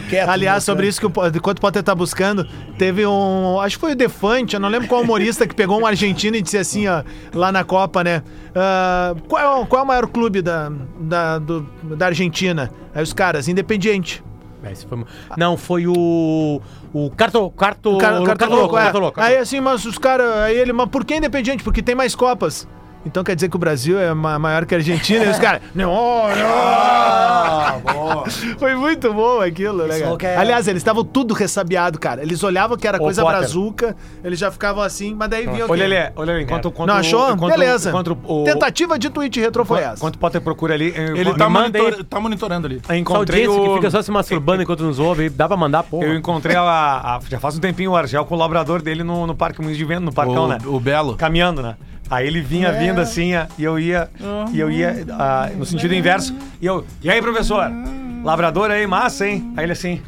Speaker 6: quieto,
Speaker 9: Aliás,
Speaker 6: né,
Speaker 9: sobre
Speaker 6: cara?
Speaker 9: isso que o, Po- enquanto o Potter tá buscando, teve um. Acho que foi o Defante, eu não lembro qual humorista que pegou um argentino e disse assim, ó, lá na Copa, né? "Ah, qual, é o- qual é o maior clube da, da, do- da Argentina? Aí os caras, Independiente.
Speaker 3: É, esse foi... Não, foi o. O Carto. Carto.
Speaker 9: O cara, o cara tá
Speaker 3: Carto
Speaker 9: louco,
Speaker 3: Louco,
Speaker 9: é.
Speaker 3: Carto Louco.
Speaker 9: Aí assim, mas os caras. Aí ele, mas por que independente? Porque tem mais Copas. Então quer dizer que o Brasil é ma- maior que a Argentina e os caras. [LAUGHS] Não, não. [LAUGHS] Foi muito bom aquilo, né? cara?
Speaker 7: que é-
Speaker 9: Aliás, eles estavam tudo ressabiado, cara. Eles olhavam que era coisa
Speaker 5: Potter.
Speaker 9: brazuca, eles já ficavam assim, mas daí vinha o
Speaker 5: Olha
Speaker 9: quê?
Speaker 5: ele, olha ele.
Speaker 3: É.
Speaker 5: Enquanto, enquanto,
Speaker 9: Não achou?
Speaker 5: enquanto-
Speaker 9: Beleza.
Speaker 5: enquanto o,
Speaker 9: Tentativa de tweet retro foi essa.
Speaker 5: Enquanto o Potter procura ali. Eu,
Speaker 2: Ele
Speaker 5: eu-
Speaker 2: tá,
Speaker 5: me manda
Speaker 2: monitor- tá monitorando ali.
Speaker 5: aí, eu
Speaker 3: Só
Speaker 5: encontrei o.
Speaker 3: audiência que fica só se masturbando enquanto nos ouve, aí dá pra mandar, porra.
Speaker 5: Eu encontrei a, a- Já faz um tempinho o Argel com o labrador dele no, no Parque Muniz de Vento, no Parcão,
Speaker 2: O-
Speaker 5: né?
Speaker 2: o Belo.
Speaker 5: Caminhando, né? Aí ele vinha vindo assim, a- e eu ia. E eu ia ah, no sentido inverso. E eu. E aí, professor? Labrador aí, massa, hein? Aí ele assim.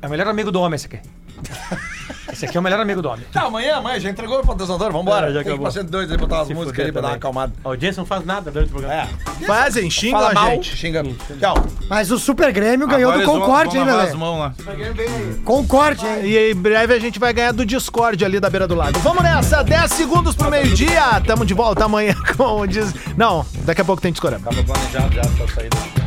Speaker 5: É o melhor amigo do homem esse aqui. [LAUGHS] Esse aqui é o melhor amigo do homem.
Speaker 6: Tá, amanhã, amanhã, já entregou o patrocinador, vambora.
Speaker 3: É, já
Speaker 6: Tem que ir
Speaker 3: acabou.
Speaker 6: pra 102 aí, botar umas músicas aí pra dar uma acalmada.
Speaker 3: A audiência não faz nada durante o programa.
Speaker 6: É.
Speaker 9: Fazem, xingam
Speaker 6: Fala
Speaker 9: a
Speaker 6: mal,
Speaker 9: gente.
Speaker 6: xinga. Tchau.
Speaker 7: Mas o Super Grêmio ganhou
Speaker 2: Agora
Speaker 7: do
Speaker 2: eles vão-
Speaker 7: Concorde,
Speaker 2: vão
Speaker 7: hein,
Speaker 2: lavar
Speaker 7: galera?
Speaker 2: as mãos lá.
Speaker 7: Concorde, hein?
Speaker 9: E em breve a gente vai ganhar do Discord ali da beira do lago. Vamos nessa, 10 segundos pro [LAUGHS] meio-dia. Tamo de volta amanhã com o Diz. Não, daqui a pouco tem discorama.
Speaker 6: Tava planejado já a sua saída.